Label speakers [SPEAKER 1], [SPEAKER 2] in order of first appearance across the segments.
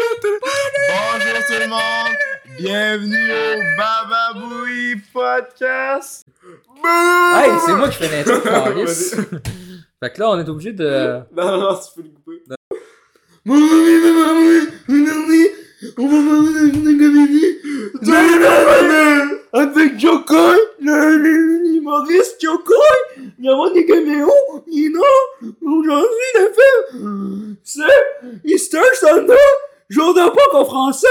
[SPEAKER 1] Bonjour tout le monde, bienvenue au Bababoui Podcast.
[SPEAKER 2] Hey, Ah, c'est moi qui fais l'intro, Carlis. Fait que là, on est obligé de.
[SPEAKER 1] Non, non, tu peux le couper. Bababoui, Bababoui, Bababoui, on va parler d'une comédie. de- Avec Jokoy, le- le- l'humoriste Jokoy, il y aura des caméos, il y en a. Aujourd'hui, le film, c'est Easter Sunday, jour de Pâques en français.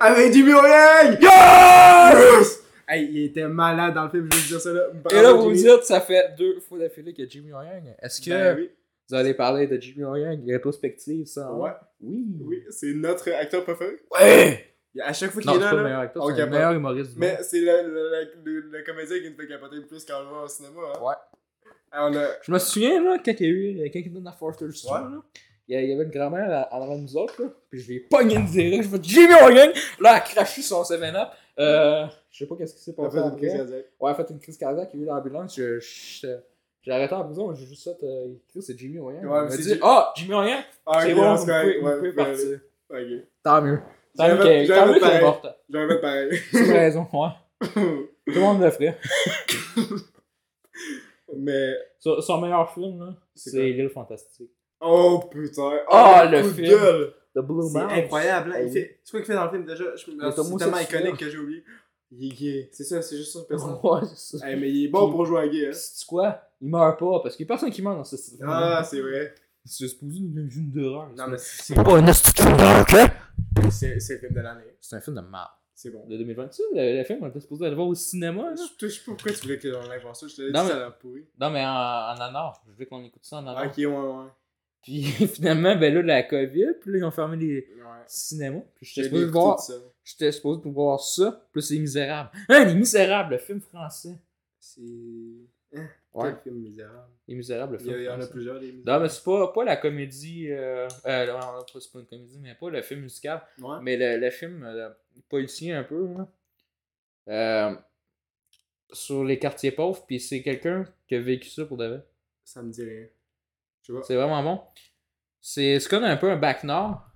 [SPEAKER 1] Avec du Muriel! Yes!
[SPEAKER 3] Hey, il était malade dans le film, je veux dire ça là. Bravo,
[SPEAKER 2] Et là, vous me
[SPEAKER 3] Jimmy.
[SPEAKER 2] dites, ça fait deux fois d'affilée que Jimmy Young. Est-ce que
[SPEAKER 3] Ben oui,
[SPEAKER 2] vous allez parler de Jimmy Young rétrospective, ça hein?
[SPEAKER 3] Ouais.
[SPEAKER 2] Oui.
[SPEAKER 3] oui, c'est notre acteur préféré.
[SPEAKER 1] Ouais!
[SPEAKER 3] À chaque fois qu'il
[SPEAKER 2] Non,
[SPEAKER 3] est
[SPEAKER 2] c'est pas
[SPEAKER 3] là,
[SPEAKER 2] le
[SPEAKER 3] là,
[SPEAKER 2] meilleur acteur,
[SPEAKER 3] on
[SPEAKER 2] c'est le
[SPEAKER 3] capote.
[SPEAKER 2] meilleur humoriste du monde.
[SPEAKER 3] mais c'est le, le, le- le- le comédien qui nous fait capoter le plus quand on le voit au cinéma. Hein.
[SPEAKER 2] Ouais.
[SPEAKER 3] Ah, on a...
[SPEAKER 2] Je me souviens, là, quand il y a eu. Quand il était dans Forster Street,
[SPEAKER 3] Ouais.
[SPEAKER 2] là, il y a- il y avait une grand-mère à- en avant de nous autres, là. Puis je l'ai pogné direct. Je fais Jimmy Young. Là, elle a craché son 7-up. Euh. Je sais pas qu'est-ce qui s'est
[SPEAKER 3] on a
[SPEAKER 2] passé.
[SPEAKER 3] fait une
[SPEAKER 2] après.
[SPEAKER 3] crise cardiaque.
[SPEAKER 2] Ouais, elle a fait une crise cardiaque, il y a eu l'ambulance, je- je- j'ai arrêté en prison, j'ai juste fait, euh, Chris, c'est Jimmy O'Yan.
[SPEAKER 3] Ouais,
[SPEAKER 2] Ouais,
[SPEAKER 3] mais
[SPEAKER 2] m'a
[SPEAKER 3] c'est
[SPEAKER 2] dit,
[SPEAKER 3] Jim-
[SPEAKER 2] ah, Jimmy O'Yan,
[SPEAKER 3] Ah,
[SPEAKER 2] c'est
[SPEAKER 3] ok,
[SPEAKER 2] bon,
[SPEAKER 3] non,
[SPEAKER 2] vous
[SPEAKER 3] c'est correct,
[SPEAKER 2] pouvez, vous
[SPEAKER 3] ouais,
[SPEAKER 2] pouvez
[SPEAKER 3] ouais,
[SPEAKER 2] partir.
[SPEAKER 3] ouais, ok.
[SPEAKER 2] Tant mieux. Tant mieux
[SPEAKER 3] J'avais-
[SPEAKER 2] qu'elle
[SPEAKER 3] j'avais
[SPEAKER 2] tant mieux qu'elle est
[SPEAKER 3] pareil.
[SPEAKER 2] morte.
[SPEAKER 3] J'aurais fait pareil.
[SPEAKER 2] Tu as raison, ouais. Tout le monde le ferait.
[SPEAKER 3] Mais.
[SPEAKER 2] Son, son meilleur film, là,
[SPEAKER 3] C'est
[SPEAKER 2] c'est
[SPEAKER 3] quoi?
[SPEAKER 2] L'île fantastique.
[SPEAKER 3] Oh putain!
[SPEAKER 2] Ah, le
[SPEAKER 3] coup de
[SPEAKER 2] film.
[SPEAKER 3] gueule.
[SPEAKER 2] The Blue
[SPEAKER 3] C'est
[SPEAKER 2] Mountain.
[SPEAKER 3] incroyable! hein.
[SPEAKER 2] Eh
[SPEAKER 3] Il
[SPEAKER 2] oui.
[SPEAKER 3] fait... C'est quoi qu'il fait dans le film déjà? Je...
[SPEAKER 2] est
[SPEAKER 3] C'est tellement
[SPEAKER 2] homosexuel.
[SPEAKER 3] iconique que j'ai oublié. Il est gay. C'est ça, c'est juste ça le personnage.
[SPEAKER 2] Ouais, c'est ça.
[SPEAKER 3] Hey, Eh, mais il est bon pour jouer à gay, hein.
[SPEAKER 2] C'est quoi? Il meurt pas, parce qu'il y a personne qui meurt dans ce style.
[SPEAKER 3] Ah, c'est vrai.
[SPEAKER 2] C'est supposé une une d'horreur.
[SPEAKER 3] Non, mais c'est
[SPEAKER 2] pas un film d'horreur,
[SPEAKER 3] c'est- c'est le film de l'année.
[SPEAKER 2] C'est un film de merde.
[SPEAKER 3] C'est bon.
[SPEAKER 2] De 2022, le, le film, on était supposé aller voir au cinéma, là.
[SPEAKER 3] Je je sais pas pourquoi tu voulais que les gens l'aient voir ça, je te l'ai dit,
[SPEAKER 2] Non, mais-
[SPEAKER 3] ça l'a pourri.
[SPEAKER 2] Non, mais en, en anard. Je veux qu'on écoute ça en anard.
[SPEAKER 3] Ah, ok, ouais, ouais.
[SPEAKER 2] Puis finalement, ben là, la COVID, puis là, ils ont fermé les
[SPEAKER 3] ouais.
[SPEAKER 2] cinémas. Puis
[SPEAKER 3] Je
[SPEAKER 2] j'étais
[SPEAKER 3] l'ai
[SPEAKER 2] supposé,
[SPEAKER 3] écouté
[SPEAKER 2] voir...
[SPEAKER 3] tout ça.
[SPEAKER 2] j'étais supposé de voir ça, plus Les Misérables. Hein, Les Misérables, le film français.
[SPEAKER 3] C'est. Hein,
[SPEAKER 2] Ouais.
[SPEAKER 3] Quel film misérable.
[SPEAKER 2] Les Misérables, le
[SPEAKER 3] Il y,
[SPEAKER 2] film
[SPEAKER 3] a- il y en a
[SPEAKER 2] français.
[SPEAKER 3] plusieurs, des
[SPEAKER 2] Non, mais
[SPEAKER 3] misérables.
[SPEAKER 2] c'est pas, pas la comédie. Euh, euh, non, non, pas- c'est pas une comédie, mais pas le film musical.
[SPEAKER 3] Ouais.
[SPEAKER 2] Mais le, le film euh, policier, un peu, là. Euh, sur les quartiers pauvres, puis c'est quelqu'un qui a vécu ça pour de vrai.
[SPEAKER 3] Ça me dit rien. Je sais pas.
[SPEAKER 2] C'est vraiment bon. C'est c'est comme un peu un bac nord.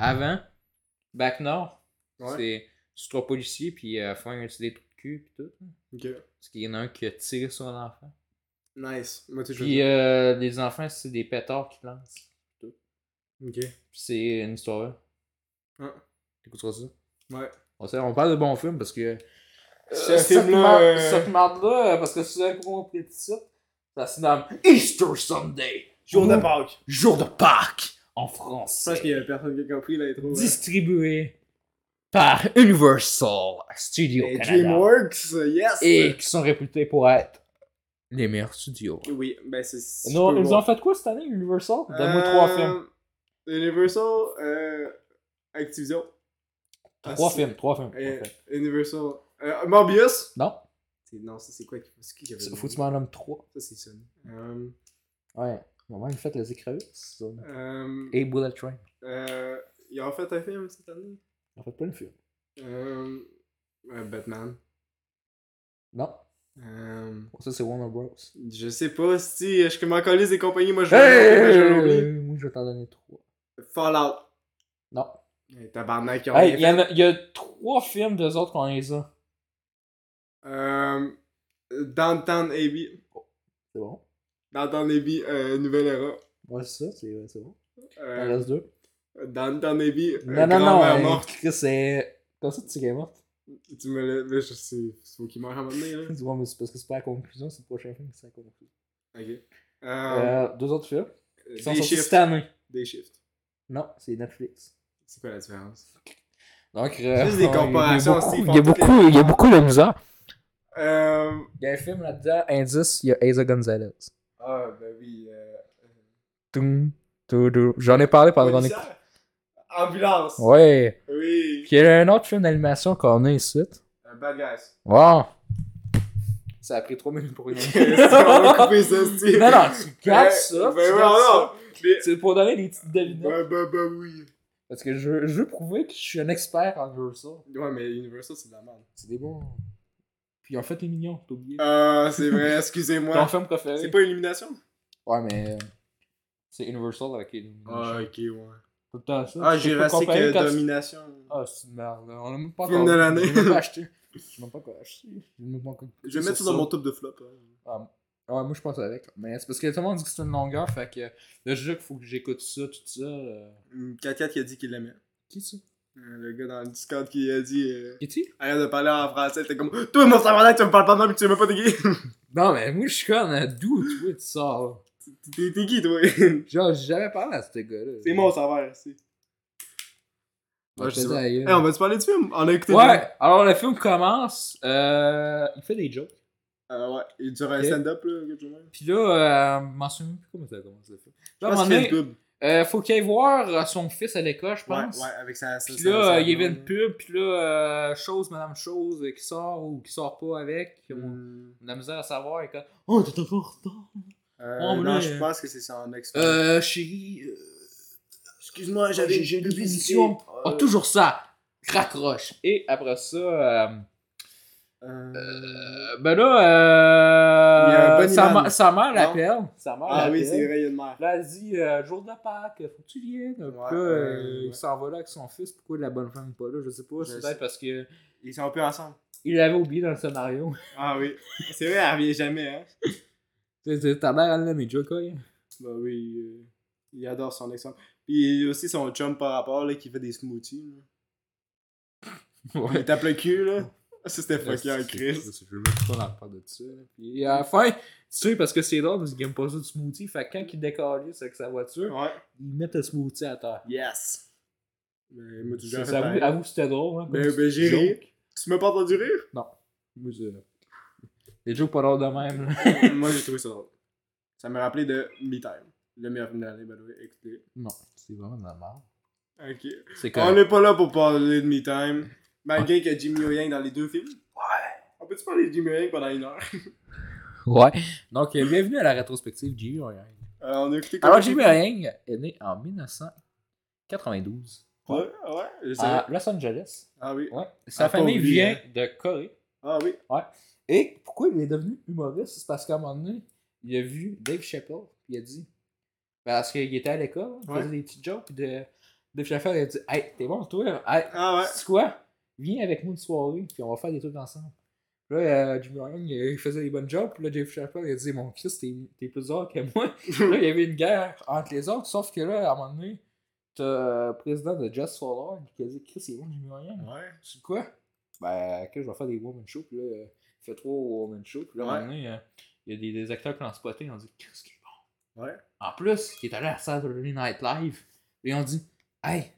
[SPEAKER 2] Avant. Bac nord.
[SPEAKER 3] Ouais.
[SPEAKER 2] C'est c'est trois policiers puis euh, font un petit des trucs de cul puis tout.
[SPEAKER 3] Ok.
[SPEAKER 2] Parce qu'il y en a un qui a tiré sur un enfant.
[SPEAKER 3] Nice. Moi, t'es
[SPEAKER 2] Puis
[SPEAKER 3] joué.
[SPEAKER 2] euh, les enfants, c'est des pétards qui lancent.
[SPEAKER 3] Ok.
[SPEAKER 2] Puis c'est une histoire. vraie.
[SPEAKER 3] Ouais.
[SPEAKER 2] T'écouteras ça.
[SPEAKER 3] Ouais.
[SPEAKER 2] On, sait- on parle de bons films parce que.
[SPEAKER 3] Ce
[SPEAKER 2] Euh, cette
[SPEAKER 3] film-là,
[SPEAKER 2] mar-
[SPEAKER 3] euh,
[SPEAKER 2] Cette merde-là, parce que si vous avez pas compris le titre, ça se nomme Easter Sunday. Jour de,
[SPEAKER 3] Pâques.
[SPEAKER 2] jour de Pâques en
[SPEAKER 3] Je
[SPEAKER 2] français.
[SPEAKER 3] pense qu'il y a personne qui a compris l'intro. hein.
[SPEAKER 2] distribué par Universal Studios
[SPEAKER 3] Et
[SPEAKER 2] Canada
[SPEAKER 3] Dreamworks, yes!
[SPEAKER 2] et qui sont réputés pour être les meilleurs studios.
[SPEAKER 3] Oui, ben c'est. si je
[SPEAKER 2] Non,
[SPEAKER 3] peux
[SPEAKER 2] ils
[SPEAKER 3] le
[SPEAKER 2] ont
[SPEAKER 3] voir.
[SPEAKER 2] fait quoi cette année, Universal Donne-moi trois
[SPEAKER 3] Euh,
[SPEAKER 2] films.
[SPEAKER 3] Universal, euh, Activision.
[SPEAKER 2] Trois
[SPEAKER 3] Ah, si.
[SPEAKER 2] films, trois films. trois
[SPEAKER 3] Euh,
[SPEAKER 2] films.
[SPEAKER 3] Universal. Euh, Morbius!
[SPEAKER 2] Non,
[SPEAKER 3] C'est- Non, ça c'est quoi qui- c'est qui qui avait
[SPEAKER 2] c'est-
[SPEAKER 3] le
[SPEAKER 2] faut que tu
[SPEAKER 3] nom?
[SPEAKER 2] m'en nommes trois.
[SPEAKER 3] Ça c'est Sony. Euh,
[SPEAKER 2] Ouais. Maman, ils fait les écrevisses. ça.
[SPEAKER 3] euh,
[SPEAKER 2] Et Bullet Train.
[SPEAKER 3] euh, ils ont fait un film cette année?
[SPEAKER 2] Ils ont fait plein de films.
[SPEAKER 3] Euh, euh, Batman.
[SPEAKER 2] Non,
[SPEAKER 3] Euh,
[SPEAKER 2] ça c'est Warner Bros.
[SPEAKER 3] je sais pas si je m'en colise des compagnies, moi je vais je vais l'oublier.
[SPEAKER 2] Hey! Moi je vais t'en donner trois.
[SPEAKER 3] Fallout.
[SPEAKER 2] Non.
[SPEAKER 3] Eh, Tabarnak, ils ont
[SPEAKER 2] Hey, il y,
[SPEAKER 3] rien
[SPEAKER 2] en a- il y a trois films d'eux autres qu'on les a.
[SPEAKER 3] fait. Euh, Downtown Abbey.
[SPEAKER 2] C'est bon.
[SPEAKER 3] Downtown Abbey, euh, Nouvelle Era.
[SPEAKER 2] Ouais, c'est ça, c'est c'est bon. Il en
[SPEAKER 3] Euh,
[SPEAKER 2] reste deux.
[SPEAKER 3] Downtown Abbey, euh,
[SPEAKER 2] Non, non, non,
[SPEAKER 3] Grand-mère
[SPEAKER 2] euh,
[SPEAKER 3] morte.
[SPEAKER 2] Chris, c'est. Comme ça, tu es morte.
[SPEAKER 3] Tu me l'as... Là, je sais... Faut qu'il meure à un moment donné, là.
[SPEAKER 2] Tu vois, mais c'est parce que c'est pas la conclusion, c'est le prochain film qui c'est la conclusion.
[SPEAKER 3] hein. Ok.
[SPEAKER 2] Euh, deux autres films
[SPEAKER 3] Euh,
[SPEAKER 2] qui sont
[SPEAKER 3] Day
[SPEAKER 2] sortis
[SPEAKER 3] Shift.
[SPEAKER 2] cette année.
[SPEAKER 3] Day Shift.
[SPEAKER 2] Non, c'est Netflix.
[SPEAKER 3] C'est quoi la différence?
[SPEAKER 2] Donc, euh,
[SPEAKER 3] Juste des
[SPEAKER 2] on-
[SPEAKER 3] comparations, c'est-
[SPEAKER 2] Il y a beaucoup, il y a beaucoup, il y a beaucoup de misère.
[SPEAKER 3] Euh...
[SPEAKER 2] Il y a un film là-dedans, Indice, il y a Asa Gonzalez.
[SPEAKER 3] Ah, ben oui, euh...
[SPEAKER 2] Toum, toudou. J'en ai parlé pendant qu'on est.
[SPEAKER 3] policière? Ambulance!
[SPEAKER 2] Ouais.
[SPEAKER 3] Oui!
[SPEAKER 2] Puis il y a un autre film d'animation qu'on a ici.
[SPEAKER 3] Euh, bad guys.
[SPEAKER 2] Wow. Ça a pris 3 minutes pour rien.
[SPEAKER 3] on va couper ça, c'est...
[SPEAKER 2] non, non, tu
[SPEAKER 3] Ben,
[SPEAKER 2] gardes ça.
[SPEAKER 3] Ben
[SPEAKER 2] tu
[SPEAKER 3] oui,
[SPEAKER 2] gardes
[SPEAKER 3] non, non!
[SPEAKER 2] ça. C'est pour donner des petites devinettes.
[SPEAKER 3] Ben, ben, ben oui.
[SPEAKER 2] Parce que je, veux- je veux prouver que je suis un expert en Universal.
[SPEAKER 3] Ouais, mais Universal, c'est de la merde.
[SPEAKER 2] C'est des bons. Puis en fait, les mignons, t'as oublié.
[SPEAKER 3] Ah, c'est vrai,
[SPEAKER 2] Ton
[SPEAKER 3] excusez-moi.
[SPEAKER 2] film préféré.
[SPEAKER 3] C'est pas Illumination?
[SPEAKER 2] Ouais, mais. euh, C'est Universal avec les Illumination.
[SPEAKER 3] Ah, ok, ouais.
[SPEAKER 2] Tout le temps ça.
[SPEAKER 3] Ah,
[SPEAKER 2] Tu peux
[SPEAKER 3] j'ai
[SPEAKER 2] pas
[SPEAKER 3] rassé
[SPEAKER 2] comparer
[SPEAKER 3] que
[SPEAKER 2] quand tu-
[SPEAKER 3] Domination.
[SPEAKER 2] Ah, c'est une merde. là. On l'a même pas
[SPEAKER 3] Film
[SPEAKER 2] encore-
[SPEAKER 3] de l'année.
[SPEAKER 2] Je l'ai même pas acheté. Je l'ai même pas encore acheté. Je l'ai même pas encore-
[SPEAKER 3] Je vais mettre ça dans mon top de flop. hein.
[SPEAKER 2] Ah, ouais, moi je pense avec. Mais c'est parce que tout le monde dit que c'est une longueur, fait que le jeu qu'il faut que j'écoute ça, tout ça. euh,
[SPEAKER 3] Hum, Katia qui a dit qu'il l'aimait.
[SPEAKER 2] Qui ça
[SPEAKER 3] Euh, Le gars dans le Discord qui a dit euh,
[SPEAKER 2] Kitty
[SPEAKER 3] Arrête de parler en français, t'es comme Toi, mon savoir tu me parles pas de même, tu sais même pas t'es qui
[SPEAKER 2] Non, mais moi je suis comme euh, d'où toi tu sors là?
[SPEAKER 3] T'es t'es qui, toi
[SPEAKER 2] Genre, j'ai jamais parlé à ce gars-là.
[SPEAKER 3] C'est mon serveur, c'est.
[SPEAKER 2] Ouais,
[SPEAKER 3] je sais pas.
[SPEAKER 2] ouais,
[SPEAKER 3] Hey, on va te parler du film On a écouté. le film.
[SPEAKER 2] ouais, alors le film commence. euh, il fait des jokes.
[SPEAKER 3] Euh, ouais, il dure un
[SPEAKER 2] Ok.
[SPEAKER 3] stand-up, là, quelque chose de même.
[SPEAKER 2] Puis là, euh, je m'en souviens plus comment ça commence le film.
[SPEAKER 3] Je
[SPEAKER 2] Là, à un moment
[SPEAKER 3] pense qu'il y a une
[SPEAKER 2] donné,
[SPEAKER 3] pub.
[SPEAKER 2] euh, faut qu'il aille voir euh, son fils à l'école, je
[SPEAKER 3] Ouais,
[SPEAKER 2] pense.
[SPEAKER 3] ouais, avec sa. sa-
[SPEAKER 2] Puis
[SPEAKER 3] sa-
[SPEAKER 2] là,
[SPEAKER 3] sa-
[SPEAKER 2] euh, il y avait une pub, puis là, euh, chose, madame chose, euh, qui sort ou qui sort pas avec. qui ont-
[SPEAKER 3] Hum,
[SPEAKER 2] On a misère à savoir, et quand... Oh, t'es encore en retard!
[SPEAKER 3] euh,
[SPEAKER 2] Ouais, mais
[SPEAKER 3] non,
[SPEAKER 2] là,
[SPEAKER 3] je
[SPEAKER 2] euh,
[SPEAKER 3] pense que c'est ça en extrait.
[SPEAKER 2] Euh, chérie... euh,
[SPEAKER 3] Excuse-moi,
[SPEAKER 2] j'ai- j'ai une visition. oh,
[SPEAKER 3] euh,
[SPEAKER 2] toujours ça! Craccroche! Et après ça, euh, euh, ben
[SPEAKER 3] Il y a
[SPEAKER 2] là,
[SPEAKER 3] un
[SPEAKER 2] euh,
[SPEAKER 3] bon
[SPEAKER 2] sa,
[SPEAKER 3] Ivan.
[SPEAKER 2] ma- sa mère
[SPEAKER 3] Non.
[SPEAKER 2] l'appelle. Sa mère
[SPEAKER 3] Ah oui,
[SPEAKER 2] l'appelle.
[SPEAKER 3] c'est vrai, il y a une mère.
[SPEAKER 2] Là, elle dit, euh, jour de la Pâques, faut que tu viennes. Puis là,
[SPEAKER 3] euh,
[SPEAKER 2] euh,
[SPEAKER 3] ouais.
[SPEAKER 2] il s'en va là avec son fils. Pourquoi la bonne femme n'est pas là? Je sais pas.
[SPEAKER 3] Je
[SPEAKER 2] C'est
[SPEAKER 3] sais.
[SPEAKER 2] peut-être parce que
[SPEAKER 3] Ils sont plus ensemble.
[SPEAKER 2] il l'avait oublié dans le scénario.
[SPEAKER 3] Ah oui. C'est vrai, elle revient jamais, hein.
[SPEAKER 2] T'as t'as l'air à l'aimer, Joker.
[SPEAKER 3] Bah oui, euh, il adore son exemple. Puis il y a aussi son chum par rapport, là, qui fait des smoothies, là. Il
[SPEAKER 2] Ouais.
[SPEAKER 3] tape le cul, là. Ah, Ça, c'était fucké en
[SPEAKER 2] C'est-
[SPEAKER 3] Christ.
[SPEAKER 2] c'est- Je veux même pas en parler de ça. là. Puis à la fin, tu sais, parce que c'est drôle, parce qu'il aime pas ça du smoothie. Fait que quand il décalisse avec sa voiture,
[SPEAKER 3] Ouais.
[SPEAKER 2] il met le smoothie à terre.
[SPEAKER 3] Yes. Mais moi, tu
[SPEAKER 2] Ça,
[SPEAKER 3] jamais
[SPEAKER 2] ça,
[SPEAKER 3] fait
[SPEAKER 2] avoue,
[SPEAKER 3] pareil.
[SPEAKER 2] avoue que c'était drôle. Hein,
[SPEAKER 3] Ben,
[SPEAKER 2] comme
[SPEAKER 3] ben, j'ai ri.
[SPEAKER 2] joke.
[SPEAKER 3] Tu m'as pas entendu rire?
[SPEAKER 2] Moi, je- Les jokes pas drôles de même. là.
[SPEAKER 3] Euh, Moi, j'ai trouvé ça drôle. Ça m'a rappelé de Me Time. Le meilleur film de l'année, by the way. Écoutez.
[SPEAKER 2] Non, c'est vraiment de la merde.
[SPEAKER 3] Ok.
[SPEAKER 2] C'est
[SPEAKER 3] On
[SPEAKER 2] comme.
[SPEAKER 3] n'est pas là pour parler de Me Time. Malgré que Jimmy O'Yang dans les deux films. Ouais. On peut-tu parler de Jimmy O'Yang pendant une heure?
[SPEAKER 2] Ouais. Donc, euh, bienvenue à la rétrospective Jimmy Yang.
[SPEAKER 3] Euh, on a écouté
[SPEAKER 2] Alors,
[SPEAKER 3] combien
[SPEAKER 2] Jimmy
[SPEAKER 3] de films?
[SPEAKER 2] Yang est né en 1992
[SPEAKER 3] Ouais, ah ouais. Je savais.
[SPEAKER 2] à Los Angeles.
[SPEAKER 3] Ah oui.
[SPEAKER 2] Ouais. Sa
[SPEAKER 3] Ah, pas
[SPEAKER 2] famille
[SPEAKER 3] oublié,
[SPEAKER 2] vient de Corée.
[SPEAKER 3] Ah oui.
[SPEAKER 2] hein. Et pourquoi il est devenu humoriste C'est parce qu'à un moment donné, il a vu Dave Chappelle, puis il a dit. Parce qu'il était à l'école, il
[SPEAKER 3] Ouais.
[SPEAKER 2] faisait des petits jokes, puis de... Dave Chappelle, il a dit Hey, t'es bon, toi Hey,
[SPEAKER 3] Ah ouais.
[SPEAKER 2] C'est quoi? Viens avec nous une soirée, puis on va faire des trucs ensemble. Puis Là, euh, Jimmy Ryan, il il faisait des bonnes jobs, puis là, Jeff Chappelle, il a dit Mon Christ, t'es, t'es plus fort que moi. Puis là, il y avait une guerre entre les autres, sauf que là, à un moment donné, t'as euh, le président de Just for Lord qui a dit Chris, c'est bon, Jimmy Ryan.
[SPEAKER 3] Ouais.
[SPEAKER 2] C'est quoi? Ben, que je vais faire des woman shows, puis là, euh, il fait trois woman shows, puis là, à un
[SPEAKER 3] Ouais.
[SPEAKER 2] moment donné, euh, il y a des, des acteurs qui l'ont spoté, ils ont dit Chris, qui est bon.
[SPEAKER 3] Ouais.
[SPEAKER 2] En plus, il est allé à Saturday Night Live, et ils ont dit Hey,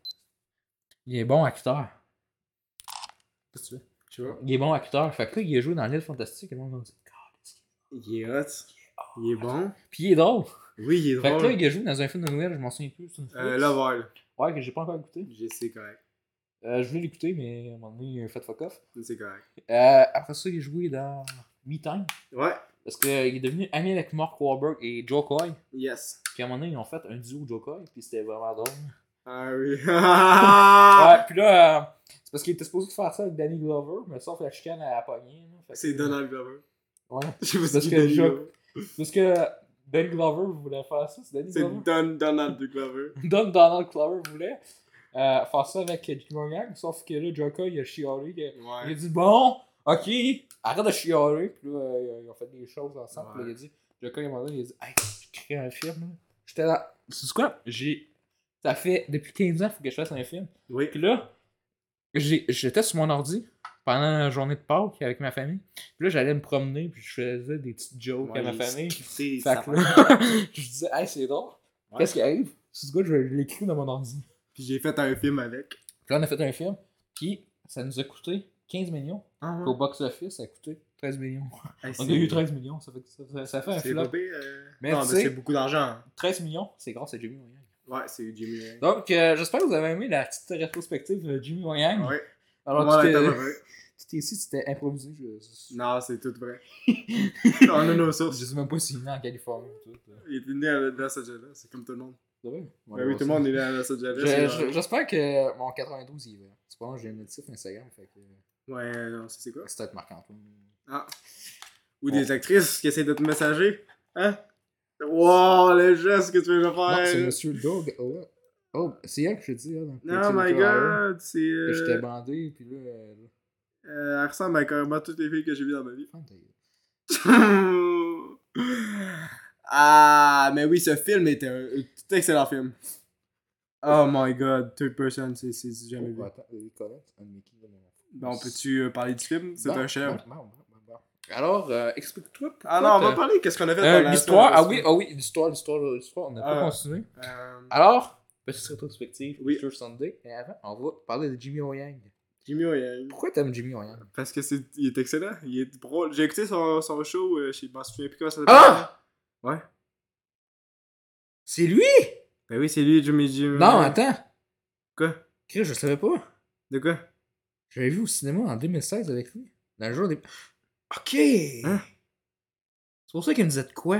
[SPEAKER 2] il est bon acteur. Qu'est-ce que tu veux?
[SPEAKER 3] Je sais pas.
[SPEAKER 2] Il est bon acteur. Fait que là, il a joué dans l'île fantastique, et le monde a dit God, est-ce qu'il est
[SPEAKER 3] Il est hot. Il est bon.
[SPEAKER 2] bon? Puis il est drôle.
[SPEAKER 3] Oui, il est
[SPEAKER 2] Fait que là,
[SPEAKER 3] drôle.
[SPEAKER 2] il a joué dans un film de Noël, je m'en souviens plus. c'est une
[SPEAKER 3] Euh,
[SPEAKER 2] Fox.
[SPEAKER 3] Lover.
[SPEAKER 2] Ouais, que j'ai pas encore écouté.
[SPEAKER 3] Je sais correct.
[SPEAKER 2] Euh, je voulais l'écouter, mais à un moment donné, il a fait fuck off.
[SPEAKER 3] C'est correct.
[SPEAKER 2] Euh, après ça, il a joué dans Me Time.
[SPEAKER 3] Ouais.
[SPEAKER 2] Parce qu'il est devenu ami avec Mark Wahlberg et Joe Coy.
[SPEAKER 3] Yes.
[SPEAKER 2] Puis à un moment donné, ils ont fait un duo Joe Coy, puis c'était vraiment drôle.
[SPEAKER 3] Ah oui. Ah.
[SPEAKER 2] Ouais, puis là, euh, c'est parce qu'il était supposé faire ça avec Danny Glover, mais sauf la chicane à la poignée. là. Fait que-
[SPEAKER 3] C'est Donald Glover.
[SPEAKER 2] Ouais.
[SPEAKER 3] Je sais pas
[SPEAKER 2] Parce
[SPEAKER 3] si
[SPEAKER 2] que
[SPEAKER 3] c'est
[SPEAKER 2] je-
[SPEAKER 3] Glover.
[SPEAKER 2] Parce que Danny Glover voulait faire ça, c'est Danny Glover.
[SPEAKER 3] C'est Don Donald Glover.
[SPEAKER 2] Don Donald Glover voulait euh, faire ça avec Jimmy Morgan, sauf que là, Joe Coy, il a chialé. Il a, il a
[SPEAKER 3] Ouais.
[SPEAKER 2] dit Bon, ok, arrête de chialer. Puis là, euh, ils ont fait des choses ensemble. Puis là,
[SPEAKER 3] Ouais.
[SPEAKER 2] il a dit Joe Coy, à un moment donné, il a dit Hey, je crée un film. là. J'étais là. C'est quoi J'ai. Ça fait depuis 15 ans faut que je fasse un film.
[SPEAKER 3] Oui.
[SPEAKER 2] Puis là, j'ai- j'étais sur mon ordi pendant la journée de Pâques avec ma famille. Puis là, j'allais me promener, puis je faisais des petites jokes à ma famille.
[SPEAKER 3] C'est
[SPEAKER 2] Fait
[SPEAKER 3] ça.
[SPEAKER 2] que là, je disais, hey, c'est drôle.
[SPEAKER 3] Ouais.
[SPEAKER 2] Qu'est-ce qui arrive? C'est ce gars, je l'écris dans mon ordi.
[SPEAKER 3] Puis j'ai fait un film avec.
[SPEAKER 2] Puis là, on a fait un film, puis ça nous a coûté 15 millions.
[SPEAKER 3] Ah
[SPEAKER 2] Puis Au box-office, ça a coûté 13 millions.
[SPEAKER 3] Hey,
[SPEAKER 2] On
[SPEAKER 3] c'est-
[SPEAKER 2] a eu 13 millions, ça fait, que ça, ça- ça fait un
[SPEAKER 3] C'est pas
[SPEAKER 2] flop.
[SPEAKER 3] pire, euh,
[SPEAKER 2] Mais
[SPEAKER 3] non,
[SPEAKER 2] tu
[SPEAKER 3] mais
[SPEAKER 2] sais-
[SPEAKER 3] c'est beaucoup d'argent.
[SPEAKER 2] 13 millions, c'est grâce à Jimmy Wang.
[SPEAKER 3] Ouais, c'est Jimmy. Hein.
[SPEAKER 2] Donc, euh, j'espère que vous avez aimé la petite rétrospective de Jimmy Wang.
[SPEAKER 3] Ouais.
[SPEAKER 2] Alors,
[SPEAKER 3] Ouais,
[SPEAKER 2] tu
[SPEAKER 3] t'as
[SPEAKER 2] t'es-
[SPEAKER 3] pas vrai.
[SPEAKER 2] tu t'es ici, tu t'es improvisé. je-
[SPEAKER 3] Non, c'est tout vrai. On a nos sources.
[SPEAKER 2] Je sais même pas s'il est né en Californie. Tout, euh.
[SPEAKER 3] Il était né à Los Angeles, c'est comme tout le monde.
[SPEAKER 2] C'est vrai? On va aller
[SPEAKER 3] Ben oui,
[SPEAKER 2] voir
[SPEAKER 3] tout le
[SPEAKER 2] ça.
[SPEAKER 3] monde est là à Los Angeles.
[SPEAKER 2] Je-
[SPEAKER 3] là.
[SPEAKER 2] je- J'espère que euh, mon 92 il va. C'est pas un j'ai un notif Instagram, fait que euh,
[SPEAKER 3] Ouais, non, c'est c'est quoi?
[SPEAKER 2] c'est peut-être Marc-Antoine.
[SPEAKER 3] Ah. Ou des actrices qui essaient de te messager. Hein? Wow, le geste que tu veux me
[SPEAKER 2] Non, c'est
[SPEAKER 3] faire.
[SPEAKER 2] Monsieur Doug. Oh, oh c'est elle que je dis. Hein,
[SPEAKER 3] Oh my god, c'est.
[SPEAKER 2] Que J'étais
[SPEAKER 3] Euh,
[SPEAKER 2] bandé, puis là. euh, là.
[SPEAKER 3] euh, elle ressemble à carrément toutes les filles que j'ai vues dans ma vie.
[SPEAKER 2] Ferme ta gueule.
[SPEAKER 3] ah, mais oui, ce film était un, un excellent film. Oh my god, Third Person, c'est c'est du jamais vu.
[SPEAKER 2] Oh, attends, euh, Colette, un de Bah, mes kids, là, mon-
[SPEAKER 3] Ben, on peut-tu euh, parler du film? C'est
[SPEAKER 2] Bon,
[SPEAKER 3] un chef.
[SPEAKER 2] bon, bon, bon, bon, bon. bah, Alors, euh, explique-toi. pourquoi
[SPEAKER 3] Ah non, on va
[SPEAKER 2] t'as-
[SPEAKER 3] parler. Qu'est-ce qu'on a fait
[SPEAKER 2] Euh,
[SPEAKER 3] dans la-
[SPEAKER 2] l'histoire,
[SPEAKER 3] dans
[SPEAKER 2] ah
[SPEAKER 3] la-
[SPEAKER 2] oui, oh. ah oui, l'histoire, l'histoire, l'histoire, on n'a pas
[SPEAKER 3] Ah.
[SPEAKER 2] continué.
[SPEAKER 3] Euh,
[SPEAKER 2] Alors, petite rétrospective,
[SPEAKER 3] Oui.
[SPEAKER 2] sur Sunday, et avant, on va parler de Jimmy O'Yang.
[SPEAKER 3] Jimmy euh, O'Yang.
[SPEAKER 2] Pourquoi t'aimes Jimmy O'Yang?
[SPEAKER 3] Parce que c'est, il est excellent. Il est drôle. J'ai écouté son, son show, euh, je m'en souviens plus comment ça s'appelle.
[SPEAKER 2] Ah!
[SPEAKER 3] Ouais.
[SPEAKER 2] C'est lui?
[SPEAKER 3] Ben oui, c'est lui, Jimmy Jimmy.
[SPEAKER 2] Non, attends.
[SPEAKER 3] Quoi?
[SPEAKER 2] Chris, je savais pas.
[SPEAKER 3] De quoi?
[SPEAKER 2] J'avais vu au cinéma en 2016 avec lui. Dans le jour des. Ok!
[SPEAKER 3] Hein?
[SPEAKER 2] C'est pour ça qu'il me disait de quoi?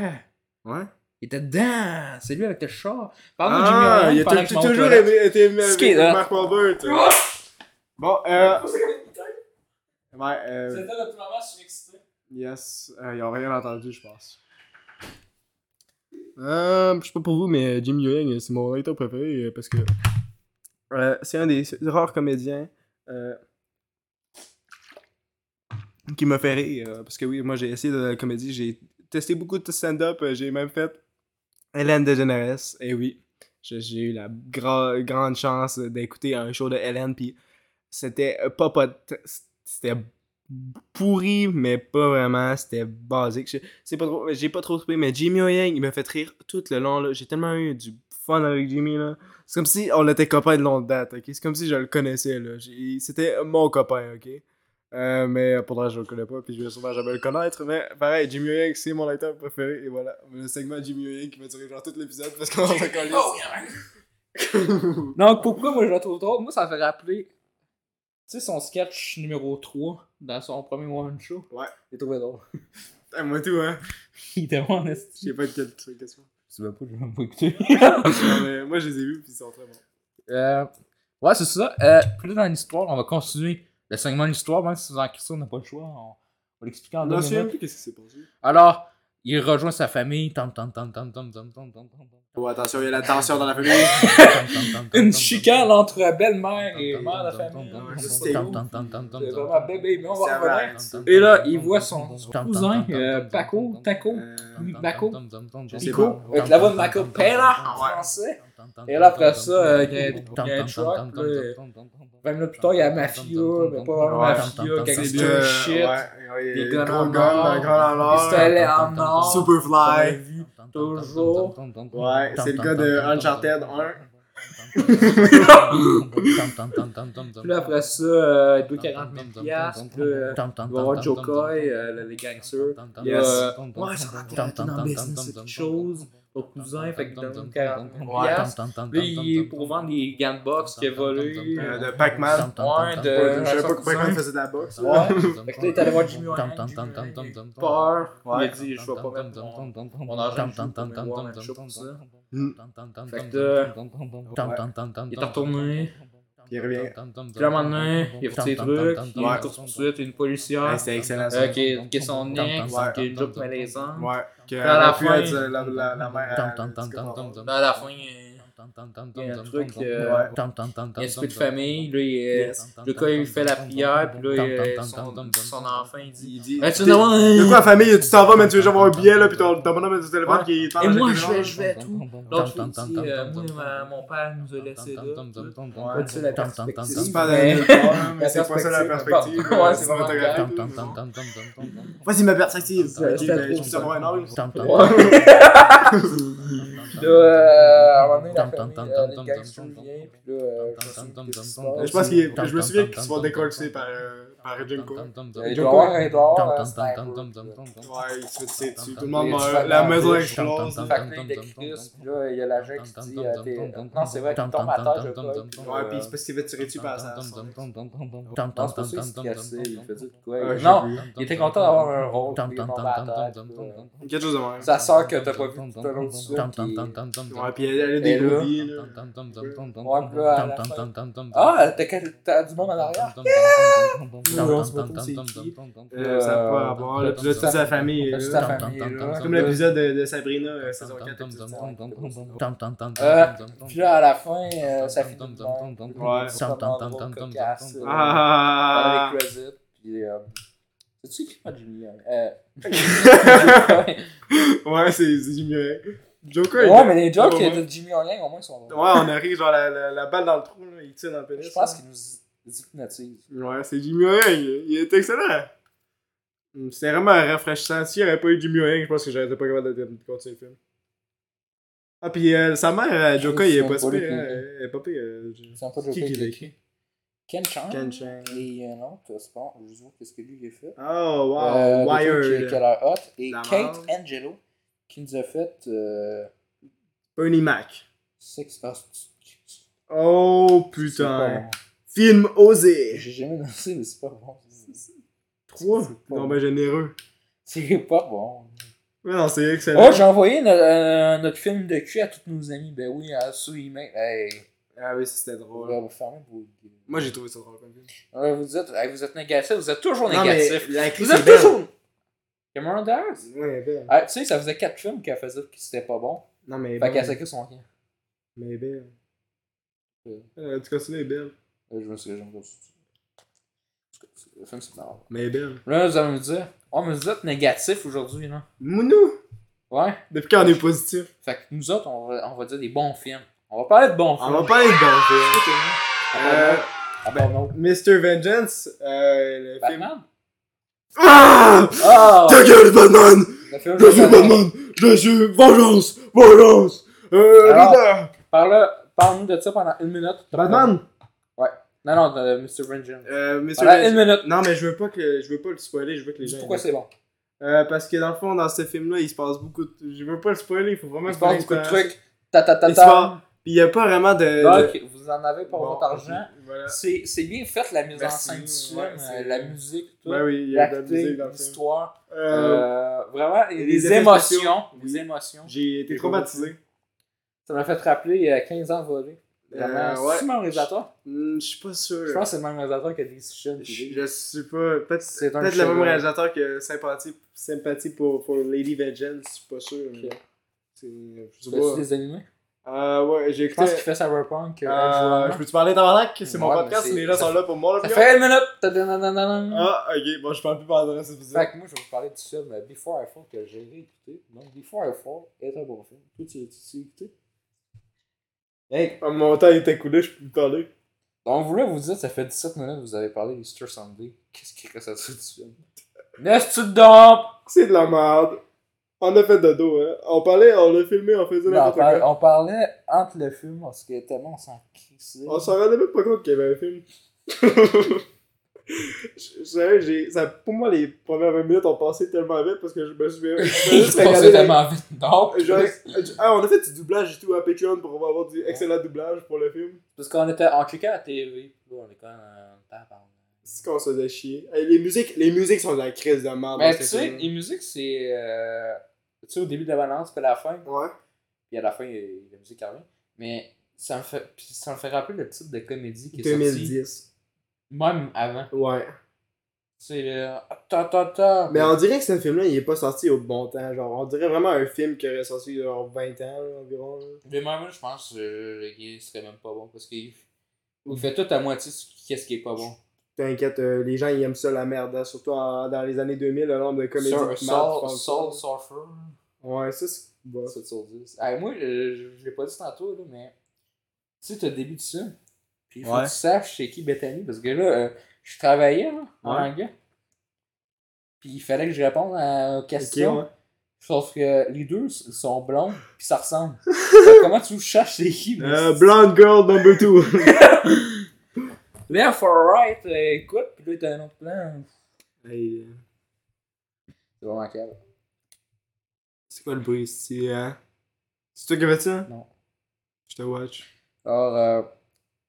[SPEAKER 3] Ouais.
[SPEAKER 2] Il était dedans! C'est lui avec le char. Parle-moi de Jimmy
[SPEAKER 3] Ah,
[SPEAKER 2] O'Yang
[SPEAKER 3] il
[SPEAKER 2] pendant
[SPEAKER 3] a
[SPEAKER 2] que je
[SPEAKER 3] t-
[SPEAKER 2] m'en hein. vais aux
[SPEAKER 3] toujours
[SPEAKER 2] toilettes.
[SPEAKER 3] aimé, été aimé
[SPEAKER 2] Ce
[SPEAKER 3] avec
[SPEAKER 2] qui est là.
[SPEAKER 3] Mark Wahlberg. tu
[SPEAKER 2] Ah!
[SPEAKER 3] sais. Bon, euh. Ouais, euh.
[SPEAKER 2] le premier moment, je suis excité.
[SPEAKER 3] Yes. Euh, ils ont rien entendu, je pense. Euh, je sais pas pour vous, mais Jimmy Young, c'est mon acteur préféré euh, parce que euh, c'est un des rares comédiens euh, qui m'a fait rire. euh, parce que oui, moi j'ai essayé de la comédie, j'ai testé beaucoup de stand-up, euh, j'ai même fait Hélène DeGeneres. Et oui, je- j'ai eu la gra- grande chance d'écouter un show de Hélène, puis c'était euh, pas pot- C'était pourri, mais pas vraiment. C'était basique. Je- C'est pas trop. J'ai pas trop trouvé, mais Jimmy O'Yang, il m'a fait rire tout le long. là. J'ai tellement eu du fun avec Jimmy là. C'est comme si on était copains de longue date, ok? C'est comme si je le connaissais là. J'ai- C'était mon copain, ok? Euh, mais pour vrai, je le connais pas, puis je vais sûrement jamais le connaître. Mais pareil, Jimmy O'Yang, c'est mon acteur préféré, et voilà. Le segment Jimmy O'Yang qui va durer genre tout l'épisode parce qu'on s'en colle.
[SPEAKER 2] Donc, pourquoi moi je la trouve drôle? Moi, ça me fait rappeler. Tu sais, son sketch numéro 3 dans son premier one show.
[SPEAKER 3] Ouais.
[SPEAKER 2] J'ai trouvé drôle.
[SPEAKER 3] Moi tout, hein?
[SPEAKER 2] Il était vraiment en
[SPEAKER 3] Je sais
[SPEAKER 2] esti.
[SPEAKER 3] pas de quelle quelle question.
[SPEAKER 2] Je sais pas, je vais même pas écouter.
[SPEAKER 3] Non, mais moi, je les ai vus, puis ils sont très bons.
[SPEAKER 2] Euh, ouais, c'est ça. Euh, plus dans l'histoire, on va continuer le segment de l'histoire, même si vous en ça, on n'a pas le choix. On, on l'explique en deux
[SPEAKER 3] Non, je sais même
[SPEAKER 2] minutes.
[SPEAKER 3] plus qu'est-ce qui s'est passé.
[SPEAKER 2] Alors, il rejoint sa famille. Tom, tom, tom, tom, tom, tom, tom, tom, tom, tom.
[SPEAKER 3] Oh, attention, il y a la tension dans la famille.
[SPEAKER 2] Une chicane entre belle-mère et mère de famille. C'est vraiment bébé, mais on va revenir. Et là, il voit son son cousin, euh, Paco, Taco,
[SPEAKER 3] Euh,
[SPEAKER 2] Baco,
[SPEAKER 3] je sais
[SPEAKER 2] Pico,
[SPEAKER 3] pas.
[SPEAKER 2] avec la voix de Marco Pena en français. Et là, après ça, euh, il y a- il y a un truck, là, euh, 20 minutes plus tard, il y a la mafia, mais pas vraiment
[SPEAKER 3] Ouais.
[SPEAKER 2] mafia,
[SPEAKER 3] C'est
[SPEAKER 2] gangster
[SPEAKER 3] de
[SPEAKER 2] shit.
[SPEAKER 3] Ouais, ouais,
[SPEAKER 2] Des
[SPEAKER 3] des
[SPEAKER 2] guns
[SPEAKER 3] gros
[SPEAKER 2] en
[SPEAKER 3] guns,
[SPEAKER 2] or,
[SPEAKER 3] des grands
[SPEAKER 2] des
[SPEAKER 3] alarmes.
[SPEAKER 2] pistolets en or.
[SPEAKER 3] Superfly.
[SPEAKER 2] On l'a vu Toujours.
[SPEAKER 3] Ouais, c'est le gars de Uncharted 1.
[SPEAKER 2] Puis là, après ça, euh, il doit 40 000 piastres, puis là, euh, il va voir Joe Coy, euh, le- les gangsters. Il y a, euh, ouais, ça va être dans le business, c'est quelque chose. Au cousin, fait qu'il donne 40 000 piastres. Là, il est pour vendre des gants de boxe qu'il a volés.
[SPEAKER 3] Euh, de Pac-Man.
[SPEAKER 2] Ouais, de-
[SPEAKER 3] Je savais
[SPEAKER 2] Jason
[SPEAKER 3] pas que Pac-Man
[SPEAKER 2] Cousin.
[SPEAKER 3] faisait de la boxe.
[SPEAKER 2] Ouais. Fait que là, il est allé voir Jimmy Wang. Il a eu peur. Il a
[SPEAKER 3] Ouais.
[SPEAKER 2] dit, je vais pas mettre mon- mon argent juste pour me voir, même chose pour ça.
[SPEAKER 3] Hmm.
[SPEAKER 2] Fait que là, il est retourné.
[SPEAKER 3] Puis il revient.
[SPEAKER 2] Puis là, un moment donné, il a fait ses trucs. Il y a
[SPEAKER 3] Ouais.
[SPEAKER 2] une course-poursuite, une policière.
[SPEAKER 3] Ouais, c'était excellent ça.
[SPEAKER 2] euh, qui est qui est son ex,
[SPEAKER 3] Ouais.
[SPEAKER 2] qui est une joke malaisante.
[SPEAKER 3] Ouais. Que
[SPEAKER 2] Puis à la
[SPEAKER 3] elle a pu
[SPEAKER 2] fin-
[SPEAKER 3] être euh, la, la, la mère. à-
[SPEAKER 2] Là, à la fin, euh, il il y a un truc, euh,
[SPEAKER 3] Ouais.
[SPEAKER 2] il y a un souper de famille. Là, il, euh,
[SPEAKER 4] Yes.
[SPEAKER 2] le gars, il fait la prière. Puis là, il, euh, son, son enfant, il dit
[SPEAKER 3] Il dit.
[SPEAKER 2] Hey, tu veux
[SPEAKER 3] t'es-
[SPEAKER 2] avoir un-
[SPEAKER 3] De quoi, la famille, tu t'en vas, mais tu veux juste avoir un billet, là, pis ton ton bonhomme a du téléphone
[SPEAKER 2] Ouais.
[SPEAKER 3] qui parle
[SPEAKER 2] Et
[SPEAKER 3] avec
[SPEAKER 2] moi,
[SPEAKER 3] les
[SPEAKER 2] je
[SPEAKER 3] gens.
[SPEAKER 2] vais, je vais à tout. L'autre, il dit euh, Moi, ma- mon père nous a laissé là. tout.
[SPEAKER 3] Ouais,
[SPEAKER 2] tu sais, la perspective.
[SPEAKER 3] C'est super
[SPEAKER 2] Mais-
[SPEAKER 3] de nulle part, mais
[SPEAKER 2] la
[SPEAKER 3] c'est pas ça la
[SPEAKER 2] perspective.
[SPEAKER 3] perspective.
[SPEAKER 2] Ouais,
[SPEAKER 3] euh,
[SPEAKER 2] c'est vraiment
[SPEAKER 3] cinématographique,
[SPEAKER 4] Tom,
[SPEAKER 3] mais bon.
[SPEAKER 4] tom, tom, tom, tom, tom.
[SPEAKER 3] Voici ma perspective.
[SPEAKER 2] Ah, Ouais,
[SPEAKER 3] Ok,
[SPEAKER 2] c'était
[SPEAKER 3] ben,
[SPEAKER 2] trop
[SPEAKER 3] je peux savoir un angle.
[SPEAKER 4] Tom, tom,
[SPEAKER 2] Ouais.
[SPEAKER 4] tom, tom,
[SPEAKER 2] Là, euh, à un moment donné, la
[SPEAKER 4] tom,
[SPEAKER 2] famille,
[SPEAKER 4] tom,
[SPEAKER 2] euh,
[SPEAKER 4] tom,
[SPEAKER 2] les
[SPEAKER 4] tom,
[SPEAKER 2] gangsters
[SPEAKER 4] tom, tom,
[SPEAKER 2] viennent,
[SPEAKER 4] tom.
[SPEAKER 2] puis là, euh, je
[SPEAKER 4] Tom,
[SPEAKER 2] me
[SPEAKER 4] tom,
[SPEAKER 2] souviens
[SPEAKER 4] tom,
[SPEAKER 2] qu'est-ce qui se
[SPEAKER 4] tom, tom,
[SPEAKER 2] passe.
[SPEAKER 3] Je pense qu'il. Je me souviens qu'ils se font décoller par. euh, par Junko. Ouais,
[SPEAKER 2] Il doit avoir- il doit avoir, euh,
[SPEAKER 3] il se fait tirer dessus. Tout le
[SPEAKER 2] Il
[SPEAKER 3] monde
[SPEAKER 2] est
[SPEAKER 3] meurt.
[SPEAKER 2] super
[SPEAKER 3] La
[SPEAKER 2] dans
[SPEAKER 3] maison
[SPEAKER 2] la
[SPEAKER 3] explose.
[SPEAKER 2] Fait que là, il décrit, puis là, il y a la Jack qui dit euh, t'es- Non, c'est vrai, il tombe à terre, je crois. puis,
[SPEAKER 3] Ouais,
[SPEAKER 2] euh,
[SPEAKER 3] pis c'est parce qu'il va tirer dessus par ça.
[SPEAKER 2] Non, c'est pas ça, il se cassait, il faisait de quoi.
[SPEAKER 3] Ouais,
[SPEAKER 2] il-
[SPEAKER 3] j'ai
[SPEAKER 2] Non,
[SPEAKER 3] vu.
[SPEAKER 2] il était content d'avoir un rôle. puis il est tombé à terre, puis, euh,
[SPEAKER 3] Quelque chose de même.
[SPEAKER 2] Sa sœur que t'as pas vue tout au long du film. qui-
[SPEAKER 3] Ouais, pis elle elle a des
[SPEAKER 2] Et là-
[SPEAKER 3] goodies, là.
[SPEAKER 2] Ouais, puis là, à la fin- Ah, t'as quel- t'as du monde en arrière.
[SPEAKER 3] Euh, Ça peut avoir. Là, pis là, toute sa famille. est
[SPEAKER 2] Toute
[SPEAKER 3] là.
[SPEAKER 2] sa famille est là.
[SPEAKER 3] C'est euh, Comme l'épisode de de Sabrina, euh, saison 4. épisode cinq.
[SPEAKER 2] Puis là, à la fin, euh, ça finit de même.
[SPEAKER 3] Ouais.
[SPEAKER 2] Cocasse, euh,
[SPEAKER 3] Ah!
[SPEAKER 2] Avec Reddit, puis. euh, C'est-tu qui m'a Jimmy Young? Euh.
[SPEAKER 3] Ouais, c'est c'est Jimmy Hurricane. Joker. il-
[SPEAKER 2] Ouais, mais les jokes
[SPEAKER 3] Ouais, ouais.
[SPEAKER 2] de Jimmy Young, au moins, ils sont
[SPEAKER 3] Ouais, on arrive, genre la, la, la balle dans le trou, là, il tire dans le pénis.
[SPEAKER 2] Je pense
[SPEAKER 3] là.
[SPEAKER 2] qu'ils nous hypnotisent.
[SPEAKER 3] Ouais, c'est Jimmy Hurricane, il il est excellent. Hum, C'était vraiment rafraîchissant. S'il n'y aurait pas eu Jimmy Hurricane, je pense que j'aurais été pas capable de de continuer le film. Ah, puis euh, sa mère, euh, Joker, il est pas
[SPEAKER 2] Pas
[SPEAKER 3] pire.
[SPEAKER 2] lui,
[SPEAKER 3] hein,
[SPEAKER 2] lui.
[SPEAKER 3] Elle est pas pire. euh, je-
[SPEAKER 2] Ils sont pas
[SPEAKER 3] Qui qui
[SPEAKER 2] jokers.
[SPEAKER 3] l'a
[SPEAKER 2] écrit? Ken Chan.
[SPEAKER 3] Ken Chan.
[SPEAKER 2] Et un autre, c'est bon, je vois qu'est-ce que lui, il a fait.
[SPEAKER 3] Oh, wow,
[SPEAKER 2] Euh, le truc qui-
[SPEAKER 3] Wired.
[SPEAKER 2] qui a l'air hot. Et
[SPEAKER 3] La
[SPEAKER 2] Kate
[SPEAKER 3] mort.
[SPEAKER 2] Angelo, qui nous a fait. euh,
[SPEAKER 3] Ernie Mac.
[SPEAKER 2] Sex. Ah, c'est-
[SPEAKER 3] Oh,
[SPEAKER 2] c'est pas
[SPEAKER 3] putain.
[SPEAKER 2] bon.
[SPEAKER 3] Film osé.
[SPEAKER 2] J'ai jamais dansé, mais c'est pas bon. C'est-
[SPEAKER 3] 3.
[SPEAKER 2] c'est pas
[SPEAKER 3] Non,
[SPEAKER 2] bon.
[SPEAKER 3] mais généreux.
[SPEAKER 2] C'est pas bon.
[SPEAKER 3] Ouais, non, c'est excellent.
[SPEAKER 2] Oh, j'ai envoyé no- euh, notre film de cul à tous nos amis. Ben oui, à ceux email. Hey,
[SPEAKER 3] Ah oui, c'était
[SPEAKER 2] on
[SPEAKER 3] drôle.
[SPEAKER 2] va vous fermer vos gueules.
[SPEAKER 3] Moi, j'ai trouvé ça drôle comme film.
[SPEAKER 2] Ouais, Vous êtes, hey, vous êtes négatif, vous êtes toujours
[SPEAKER 3] Non, mais
[SPEAKER 2] négatif.
[SPEAKER 3] la crise
[SPEAKER 2] Vous êtes
[SPEAKER 3] est belle.
[SPEAKER 2] toujours. Cameron Diaz?
[SPEAKER 3] Ouais, elle est belle.
[SPEAKER 2] Ah, tu sais, ça faisait 4 films qu'elle faisait qui c'était pas bon.
[SPEAKER 3] Non, mais elle est
[SPEAKER 2] Fait
[SPEAKER 3] belle.
[SPEAKER 2] qu'elle sacrait son rien.
[SPEAKER 3] Mais elle est belle.
[SPEAKER 2] Ouais.
[SPEAKER 3] Euh, tu continues, elle est belle.
[SPEAKER 2] Euh, Je me souviens, j'aime pas ça. Parce que Le film, c'est marrant.
[SPEAKER 3] Mais elle est belle.
[SPEAKER 2] Là, vous allez me dire, oh, mais vous êtes négatif aujourd'hui, non?
[SPEAKER 3] Mounou!
[SPEAKER 2] Ouais.
[SPEAKER 3] Depuis quand on est positif?
[SPEAKER 2] Fait que nous autres, on va, on va dire des bons films. On va parler de bons
[SPEAKER 3] On
[SPEAKER 2] films.
[SPEAKER 3] va pas être bon,
[SPEAKER 2] Euh, ah,
[SPEAKER 3] ben,
[SPEAKER 2] pardon.
[SPEAKER 3] Mr. Vengeance, euh, le film.
[SPEAKER 2] Batman?
[SPEAKER 3] Ah!
[SPEAKER 2] Ah!
[SPEAKER 3] Ta gueule, Batman!
[SPEAKER 2] Le film
[SPEAKER 3] Je suis
[SPEAKER 2] Batman.
[SPEAKER 3] Batman! Je suis vengeance! Vengeance! Euh,
[SPEAKER 2] Alors,
[SPEAKER 3] leader!
[SPEAKER 2] Parle- Parle-nous de ça pendant une minute. Non, non, de Mr. Vengeance.
[SPEAKER 3] Euh, Mr.
[SPEAKER 2] Pendant
[SPEAKER 3] Vengeance.
[SPEAKER 2] une minute.
[SPEAKER 3] Non, mais je veux pas que je veux pas le spoiler, je veux que les
[SPEAKER 2] Dis
[SPEAKER 3] gens.
[SPEAKER 2] pourquoi c'est bon.
[SPEAKER 3] Euh, parce que dans le fond, dans ce film-là, il se passe beaucoup de... Je veux pas le spoiler, il faut vraiment
[SPEAKER 2] Il se
[SPEAKER 3] que vous
[SPEAKER 2] passe beaucoup de
[SPEAKER 3] l'expérience.
[SPEAKER 2] trucs. Ta ta ta
[SPEAKER 3] Il se
[SPEAKER 2] ta.
[SPEAKER 3] passe- Puis il y a pas vraiment de...
[SPEAKER 2] Donc, vous en avez Bah, pour
[SPEAKER 3] Bon,
[SPEAKER 2] votre argent.
[SPEAKER 3] Voilà.
[SPEAKER 2] C'est c'est bien fait la mise
[SPEAKER 3] Merci,
[SPEAKER 2] en scène du film,
[SPEAKER 3] ouais, c'est-
[SPEAKER 2] euh, la musique, tout.
[SPEAKER 3] Ben oui, il y a de la
[SPEAKER 2] L'acting,
[SPEAKER 3] musique dans le film.
[SPEAKER 2] l'histoire,
[SPEAKER 3] Euh,
[SPEAKER 2] euh, vraiment, et
[SPEAKER 3] les
[SPEAKER 2] les
[SPEAKER 3] effets
[SPEAKER 2] émotions,
[SPEAKER 3] spéciaux.
[SPEAKER 2] les
[SPEAKER 3] Oui.
[SPEAKER 2] émotions.
[SPEAKER 3] J'ai été traumatisé.
[SPEAKER 2] Ça m'a fait rappeler euh, 15 ans volés. Vraiment,
[SPEAKER 3] Euh, ouais.
[SPEAKER 2] c'est le même réalisateur.
[SPEAKER 3] Hmm, Je suis pas sûr.
[SPEAKER 2] Je pense que c'est le même réalisateur que des
[SPEAKER 3] Je-
[SPEAKER 2] Chien.
[SPEAKER 3] Je sais pas. Peut-être
[SPEAKER 2] C'est un
[SPEAKER 3] peut-être le même
[SPEAKER 2] chef-d'œuvre.
[SPEAKER 3] réalisateur que Sympathie, Sympathie pour, pour Lady Vengeance, je suis pas sûr. mais c'est- Je sais
[SPEAKER 2] T'as-tu
[SPEAKER 3] pas.
[SPEAKER 2] des animés?
[SPEAKER 3] Euh, ouais, j'ai
[SPEAKER 2] Je pense qu'il
[SPEAKER 3] écouté.
[SPEAKER 2] fait Cyberpunk. euh,
[SPEAKER 3] Euh,
[SPEAKER 2] Joanna.
[SPEAKER 3] je peux-tu parler tabarnak? C'est mon
[SPEAKER 2] Ouais, mais
[SPEAKER 3] podcast,
[SPEAKER 2] c'est-
[SPEAKER 3] les gens
[SPEAKER 2] ça-
[SPEAKER 3] sont là pour moi,
[SPEAKER 2] Ça
[SPEAKER 3] là.
[SPEAKER 2] fait une minute! Ta-da-da-da-da-da.
[SPEAKER 3] Ah, ok, bon, je parle plus pendant cette vidéo.
[SPEAKER 2] Fait que moi, je vais vous parler du film euh, Before I Fall que j'ai réécouté. Donc, Before I Fall est un bon film. Toi, tu tu l'as écouté? Hey!
[SPEAKER 3] Ah, Mon temps est écoulé, je peux plus parler.
[SPEAKER 2] Donc, vous là, vous dites, ça fait 17 minutes que vous avez parlé d'Easter Sunday. Qu'est-ce qui reste à ça du film? N'est-ce tu donc?
[SPEAKER 3] C'est de la merde. On a fait dodo, hein. On parlait, on a filmé, on faisait
[SPEAKER 2] Non, On,
[SPEAKER 3] n'importe
[SPEAKER 2] parlait-
[SPEAKER 3] quoi.
[SPEAKER 2] on parlait entre le film parce que tellement on s'en crissait.
[SPEAKER 3] On s'en rendait même pas compte qu'il y avait un film. Je- Sérieux, j'ai. ça- Pour moi, les premières 20 minutes ont passé tellement vite parce que je me suis. je me suis
[SPEAKER 2] Ils
[SPEAKER 3] juste
[SPEAKER 2] se passaient
[SPEAKER 3] regardé les-
[SPEAKER 2] tellement vite. Donc,
[SPEAKER 3] Genre, ah, on a fait du doublage et tout à Patreon pour avoir du excellent doublage pour le film.
[SPEAKER 2] Parce qu'on était en cliquant à la TV, puis là, on est quand même en tabarnak.
[SPEAKER 3] C'est qu'on se faisait chier. Eh, Les musiques, les musiques sont de la crise de merde.
[SPEAKER 2] Mais
[SPEAKER 3] dans
[SPEAKER 2] Ben, tu
[SPEAKER 3] ce
[SPEAKER 2] sais,
[SPEAKER 3] film.
[SPEAKER 2] les musiques, c'est. euh, Tu sais, au début de la balance, puis à la fin,
[SPEAKER 3] Ouais.
[SPEAKER 2] puis à la fin, il y a la musique qui revient. Mais ça me fait, puis ça me fait rappeler le titre de comédie qui est sorti.
[SPEAKER 3] 2010.
[SPEAKER 2] Même avant.
[SPEAKER 3] Ouais.
[SPEAKER 2] C'est le. Ta ta ta.
[SPEAKER 3] Mais on dirait que ce film-là, il est pas sorti au bon temps. Genre, on dirait vraiment un film qui aurait sorti il y a genre 20 ans là, environ. là.
[SPEAKER 2] Mais même, je pense euh, qu'il serait même pas bon. Parce qu'il il fait tout à moitié ce qui- qu'est-ce qui est pas bon.
[SPEAKER 3] T'inquiète, euh, les gens, ils aiment ça la merde. hein. Surtout en- dans les années 2000, le nombre de comédies.
[SPEAKER 2] Soul,
[SPEAKER 3] de merde qui font
[SPEAKER 2] Soul,
[SPEAKER 3] ça.
[SPEAKER 2] Soul Surfer.
[SPEAKER 3] Ouais, ça, c'est. ouais.
[SPEAKER 2] Ça, sur 10. Ah, moi, euh, je, je l'ai pas dit tantôt, là, mais tu sais, t'as le début de ça. Puis il faut
[SPEAKER 3] Ouais.
[SPEAKER 2] que tu saches c'est qui Bethany, parce que là, euh, je travaillais là, en
[SPEAKER 3] Ouais.
[SPEAKER 2] anglais. Puis il fallait que je réponde à- aux questions.
[SPEAKER 3] ouais.
[SPEAKER 2] Sauf que les deux s- sont blonds, puis ça ressemble. Fait que comment tu cherches c'est qui mais
[SPEAKER 3] Euh,
[SPEAKER 2] c'est-
[SPEAKER 3] Blonde Girl Number 2.
[SPEAKER 2] Left or right, euh, écoute, puis là, t'as un autre plan.
[SPEAKER 3] Hey, euh,
[SPEAKER 2] C'est vraiment calme.
[SPEAKER 3] c'est quoi le bruit, c'est hein? C'est toi qui as fait ça?
[SPEAKER 2] Non.
[SPEAKER 3] Je te watch.
[SPEAKER 2] Alors, euh,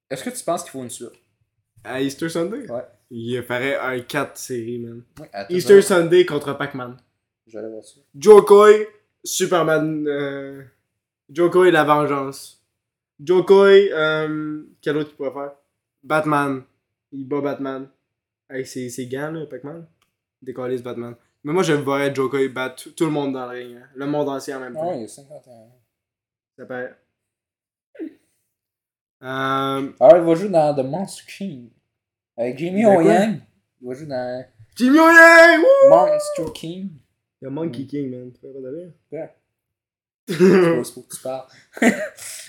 [SPEAKER 2] est-ce que tu penses qu'il faut une suite
[SPEAKER 3] À Easter Sunday?
[SPEAKER 2] Ouais.
[SPEAKER 3] Il ferait un 4 série, man.
[SPEAKER 2] Oui, attends,
[SPEAKER 3] Easter Sunday contre Pac-Man.
[SPEAKER 2] J'allais voir ça.
[SPEAKER 3] Joe Coy, Superman. Euh... Joe Coy, la vengeance. Joe Coy, euh... quel autre il pourrait faire Batman. Il bat Batman. Avec ses, ses gants, là, Pac-Man. Décoller ce Batman. Mais moi, je voudrais Joe Coy battre tout- tout le monde dans le ring. hein. Le monde entier en même
[SPEAKER 2] Ah
[SPEAKER 3] temps.
[SPEAKER 2] oui, il y a 51.
[SPEAKER 3] Ça paraît. Euh...
[SPEAKER 2] Alors, Ah il va jouer dans The Monster King. Avec Jamie
[SPEAKER 3] Dans quoi?
[SPEAKER 2] O'Yang. Il va jouer dans
[SPEAKER 3] Jimmy O'Yang! Wouh!
[SPEAKER 2] Monster King.
[SPEAKER 3] Il y a Monkey King, man. Tu peux pas d'aller?
[SPEAKER 2] Mm. Ouais. C'est
[SPEAKER 3] tu
[SPEAKER 2] pas- c'est pour que tu parles.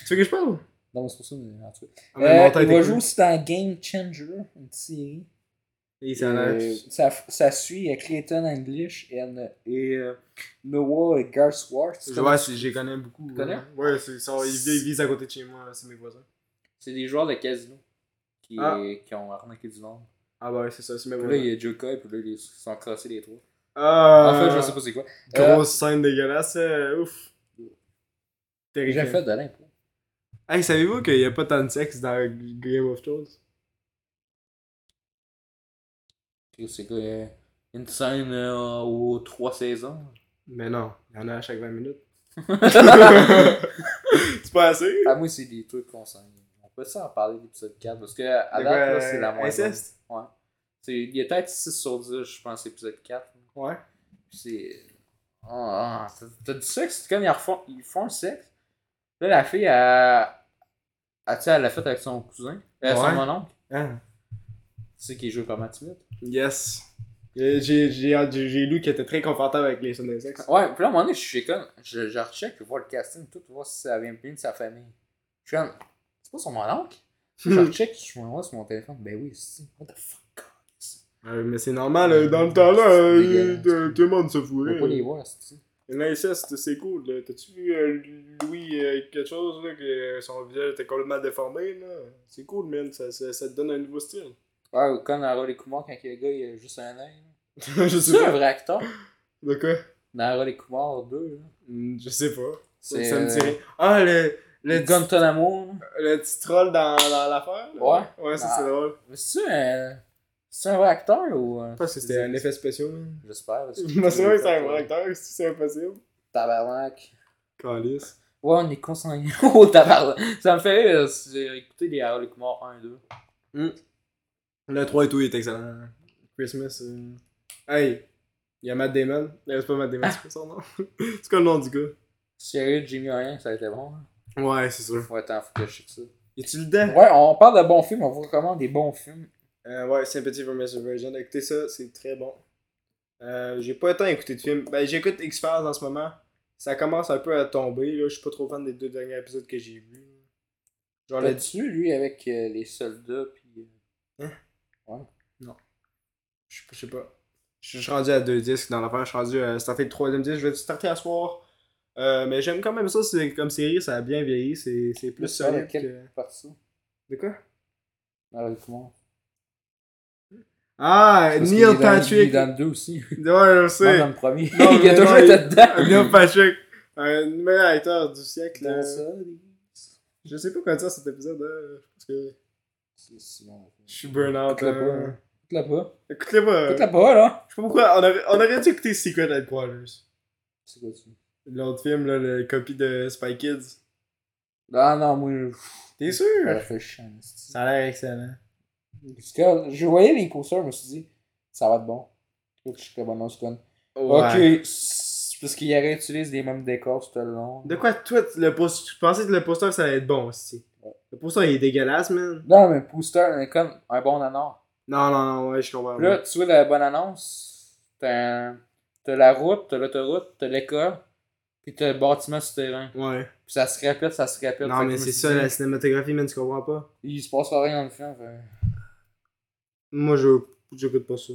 [SPEAKER 3] veux que je parle?
[SPEAKER 2] Non, c'est pour ça, mais en tout cas.
[SPEAKER 3] Ah, mais
[SPEAKER 2] Euh,
[SPEAKER 3] mon temps
[SPEAKER 2] il
[SPEAKER 3] était
[SPEAKER 2] va
[SPEAKER 3] cool.
[SPEAKER 2] jouer aussi dans Game Changer, une série.
[SPEAKER 3] Et ça a
[SPEAKER 2] Euh,
[SPEAKER 3] l'air.
[SPEAKER 2] ça, ça suit euh, Clayton English and, euh, et euh, Noah Garswarth.
[SPEAKER 3] Ouais, c'est- j'y connais beaucoup.
[SPEAKER 2] connais?
[SPEAKER 3] ouais. Ouais, c'est ça. Ils vi- ils vivent à côté de chez moi, c'est mes voisins.
[SPEAKER 2] C'est des joueurs de casino qui, euh,
[SPEAKER 3] Ah.
[SPEAKER 2] qui ont arnaqué du nombre.
[SPEAKER 3] Ah bah ouais, c'est ça, c'est mes
[SPEAKER 2] Puis là, il
[SPEAKER 3] voisins.
[SPEAKER 2] y a Joka, puis là, ils se sont crossés les trois.
[SPEAKER 3] Ah,
[SPEAKER 2] En fait, je sais pas c'est quoi. Euh,
[SPEAKER 3] Grosse scène dégueulasse, euh, ouf.
[SPEAKER 2] J'ai
[SPEAKER 3] Terrifiant.
[SPEAKER 2] fait de l'impro.
[SPEAKER 3] Hey, savez-vous qu'il y a pas tant de sexe dans Game of Thrones?
[SPEAKER 2] C'est quoi euh, une scène euh, aux trois saisons.
[SPEAKER 3] Mais non, il y en a à chaque 20 minutes. c'est pas assez?
[SPEAKER 2] Ah, moi, c'est des trucs qu'on s'en. On peut ça en parler l'épisode 4 parce que à
[SPEAKER 3] De
[SPEAKER 2] date,
[SPEAKER 3] quoi,
[SPEAKER 2] là, c'est la
[SPEAKER 3] euh,
[SPEAKER 2] moindre.
[SPEAKER 3] inceste?
[SPEAKER 2] Ouais. C'est- Il y a peut-être 6 sur 10, je pense, épisode 4.
[SPEAKER 3] Ouais.
[SPEAKER 2] Puis c'est. Ah, ah, t'as- T'as du sexe, c'est comme ils, refont, ils font le sexe. Là, la fille, elle. elle, tu sais, elle l'a fait avec son cousin. Euh,
[SPEAKER 3] Ouais.
[SPEAKER 2] Son mononcle.
[SPEAKER 3] Ah.
[SPEAKER 2] Tu sais qu'il joue comme un timide.
[SPEAKER 3] Yes. Euh, J'ai j'ai- j'ai lu qu'il était très confortable avec les scènes de sexe.
[SPEAKER 2] Ouais, puis là, à un moment donné, je suis comme. Je, je recheck, je vois le casting, tout, voir si ça vient bien de sa famille. Je suis comme. C'est pas son mononcle? Je
[SPEAKER 3] Hmm.
[SPEAKER 2] recheck, je me vois sur mon téléphone. Ben oui, c'est. What the fuck? God?
[SPEAKER 3] Euh, mais c'est normal, euh, dans le temps-là,
[SPEAKER 2] C'est
[SPEAKER 3] euh,
[SPEAKER 2] dégueulasse.
[SPEAKER 3] euh, tout le monde se
[SPEAKER 2] On
[SPEAKER 3] fouait.
[SPEAKER 2] peut pas les voir, c'est
[SPEAKER 3] L'inceste, c'est cool. là. T'as-tu vu euh, Louis euh, quelque chose, là, que son visage était complètement déformé, là? C'est cool, man. Ça, ça, ça te donne un nouveau style.
[SPEAKER 2] Ouais, ou comme dans les Kumar, quand le gars, il a juste un œil. là.
[SPEAKER 3] je sais
[SPEAKER 2] C'est un
[SPEAKER 3] pas.
[SPEAKER 2] vrai acteur.
[SPEAKER 3] De quoi?
[SPEAKER 2] Dans les Kumar 2, là.
[SPEAKER 3] Hmm, Je sais pas. Ça,
[SPEAKER 2] C'est.
[SPEAKER 3] ça me
[SPEAKER 2] euh,
[SPEAKER 3] dit rien. Ah, le, le,
[SPEAKER 2] Le
[SPEAKER 3] petit-
[SPEAKER 2] Guantanamo, là.
[SPEAKER 3] le petit troll dans, dans l'affaire? là. Ouais, ça, c'est
[SPEAKER 2] Ah.
[SPEAKER 3] drôle.
[SPEAKER 2] Mais c'est-tu un. C'est un vrai acteur ou. euh,
[SPEAKER 3] Je pense que c'était un effet spécial, man.
[SPEAKER 2] J'espère. parce
[SPEAKER 3] Je me souviens que c'est un vrai
[SPEAKER 2] acteur.
[SPEAKER 3] acteur, si c'est impossible.
[SPEAKER 2] Tabarnak.
[SPEAKER 3] Calice.
[SPEAKER 2] Ouais, on est consanguin au tabarnak. Ça me fait rire, euh, si j'ai écouté les Harold et Kumar 1 et 2.
[SPEAKER 3] Le 3 et tout, il est excellent. Christmas. euh, Hey! Il y a Matt Damon. Euh, C'est pas Matt Damon, c'est quoi son nom? c'est quoi le nom du gars?
[SPEAKER 2] Sérieux, Jimmy Ryan, ça a été bon. hein.
[SPEAKER 3] Ouais, c'est sûr.
[SPEAKER 2] Faut être en fou que je sais que ça.
[SPEAKER 3] Es-tu dedans?
[SPEAKER 2] Ouais, on parle de bons films, on vous recommande des bons films.
[SPEAKER 3] Euh, ouais, Sympathy for Mr. Virgin. Écoutez ça, c'est très bon. Euh, j'ai pas le temps d'écouter de films. Ben, j'écoute X-Files en ce moment. Ça commence un peu à tomber, là. Je suis pas trop fan des deux derniers épisodes que j'ai vus. Genre, le...
[SPEAKER 2] L'as-tu, lui, avec euh, les soldats, puis. euh,
[SPEAKER 3] Hein?
[SPEAKER 2] Ouais.
[SPEAKER 3] je je sais pas. Je je suis rendu à deux disques dans l'affaire. Je suis rendu à starter le troisième disque. Je vais le starter à soir. Euh, mais j'aime quand même ça. C'est comme série, ça a bien vieilli. C'est c'est plus
[SPEAKER 2] Plus sur
[SPEAKER 3] solide
[SPEAKER 2] lequel
[SPEAKER 3] que-
[SPEAKER 2] parti
[SPEAKER 3] De quoi?
[SPEAKER 2] Harold et Kumar.
[SPEAKER 3] Ah,
[SPEAKER 2] Parce qu'il est
[SPEAKER 3] Neil
[SPEAKER 2] dans- Il est
[SPEAKER 3] Patrick.
[SPEAKER 2] dans le 2 aussi.
[SPEAKER 3] Ouais, je
[SPEAKER 2] Non,
[SPEAKER 3] sais.
[SPEAKER 2] dans le premier.
[SPEAKER 3] Non,
[SPEAKER 2] il a
[SPEAKER 3] mais
[SPEAKER 2] toujours
[SPEAKER 3] non,
[SPEAKER 2] été
[SPEAKER 3] il-
[SPEAKER 2] dedans.
[SPEAKER 3] Neil Patrick. Un meilleur acteur du siècle.
[SPEAKER 2] Dans
[SPEAKER 3] euh,
[SPEAKER 2] ça,
[SPEAKER 3] Je sais pas quoi dire cet épisode, hein, parce que
[SPEAKER 2] C'est si bon.
[SPEAKER 3] je suis burn-out.
[SPEAKER 2] Écoute-le
[SPEAKER 3] hein.
[SPEAKER 2] Écoute-la pas.
[SPEAKER 3] Écoutez pas. hein.
[SPEAKER 2] Écoute-la pas, là.
[SPEAKER 3] Je sais pas pourquoi, on aurait, on aurait dû écouter Secret Headquarters.
[SPEAKER 2] C'est quoi tu
[SPEAKER 3] L'autre film, là, le copie de Spy Kids.
[SPEAKER 2] Ah non, moi, je-
[SPEAKER 3] T'es sûr?
[SPEAKER 2] ça fait chiant. c'est-
[SPEAKER 3] Ça a l'air excellent.
[SPEAKER 2] Parce que je voyais les posters, je me suis dit, ça va être bon. Je suis très bon, c'est con.
[SPEAKER 3] Ouais.
[SPEAKER 2] Ok, c'est parce qu'il réutilise les mêmes décors tout le long.
[SPEAKER 3] De quoi, toi, tu- le post... tu pensais que le poster, ça allait être bon aussi. Le poster, il est dégueulasse, man.
[SPEAKER 2] Non, mais poster, c'est comme un bon annonce.
[SPEAKER 3] Non, non, non, ouais, je comprends.
[SPEAKER 2] Puis Là, tu vois la bonne annonce, t'as un- t'as la route, t'as l'autoroute, t'as l'école, puis t'as le bâtiment souterrain.
[SPEAKER 3] Ouais.
[SPEAKER 2] Puis ça se répète, ça se répète. Fait
[SPEAKER 3] Non,
[SPEAKER 2] que
[SPEAKER 3] mais
[SPEAKER 2] je me
[SPEAKER 3] c'est
[SPEAKER 2] suis
[SPEAKER 3] ça,
[SPEAKER 2] dit,
[SPEAKER 3] la cinématographie, man, tu comprends pas.
[SPEAKER 2] Il se passe rien dans le film. fait-
[SPEAKER 3] Moi, je j'écoute pas ça.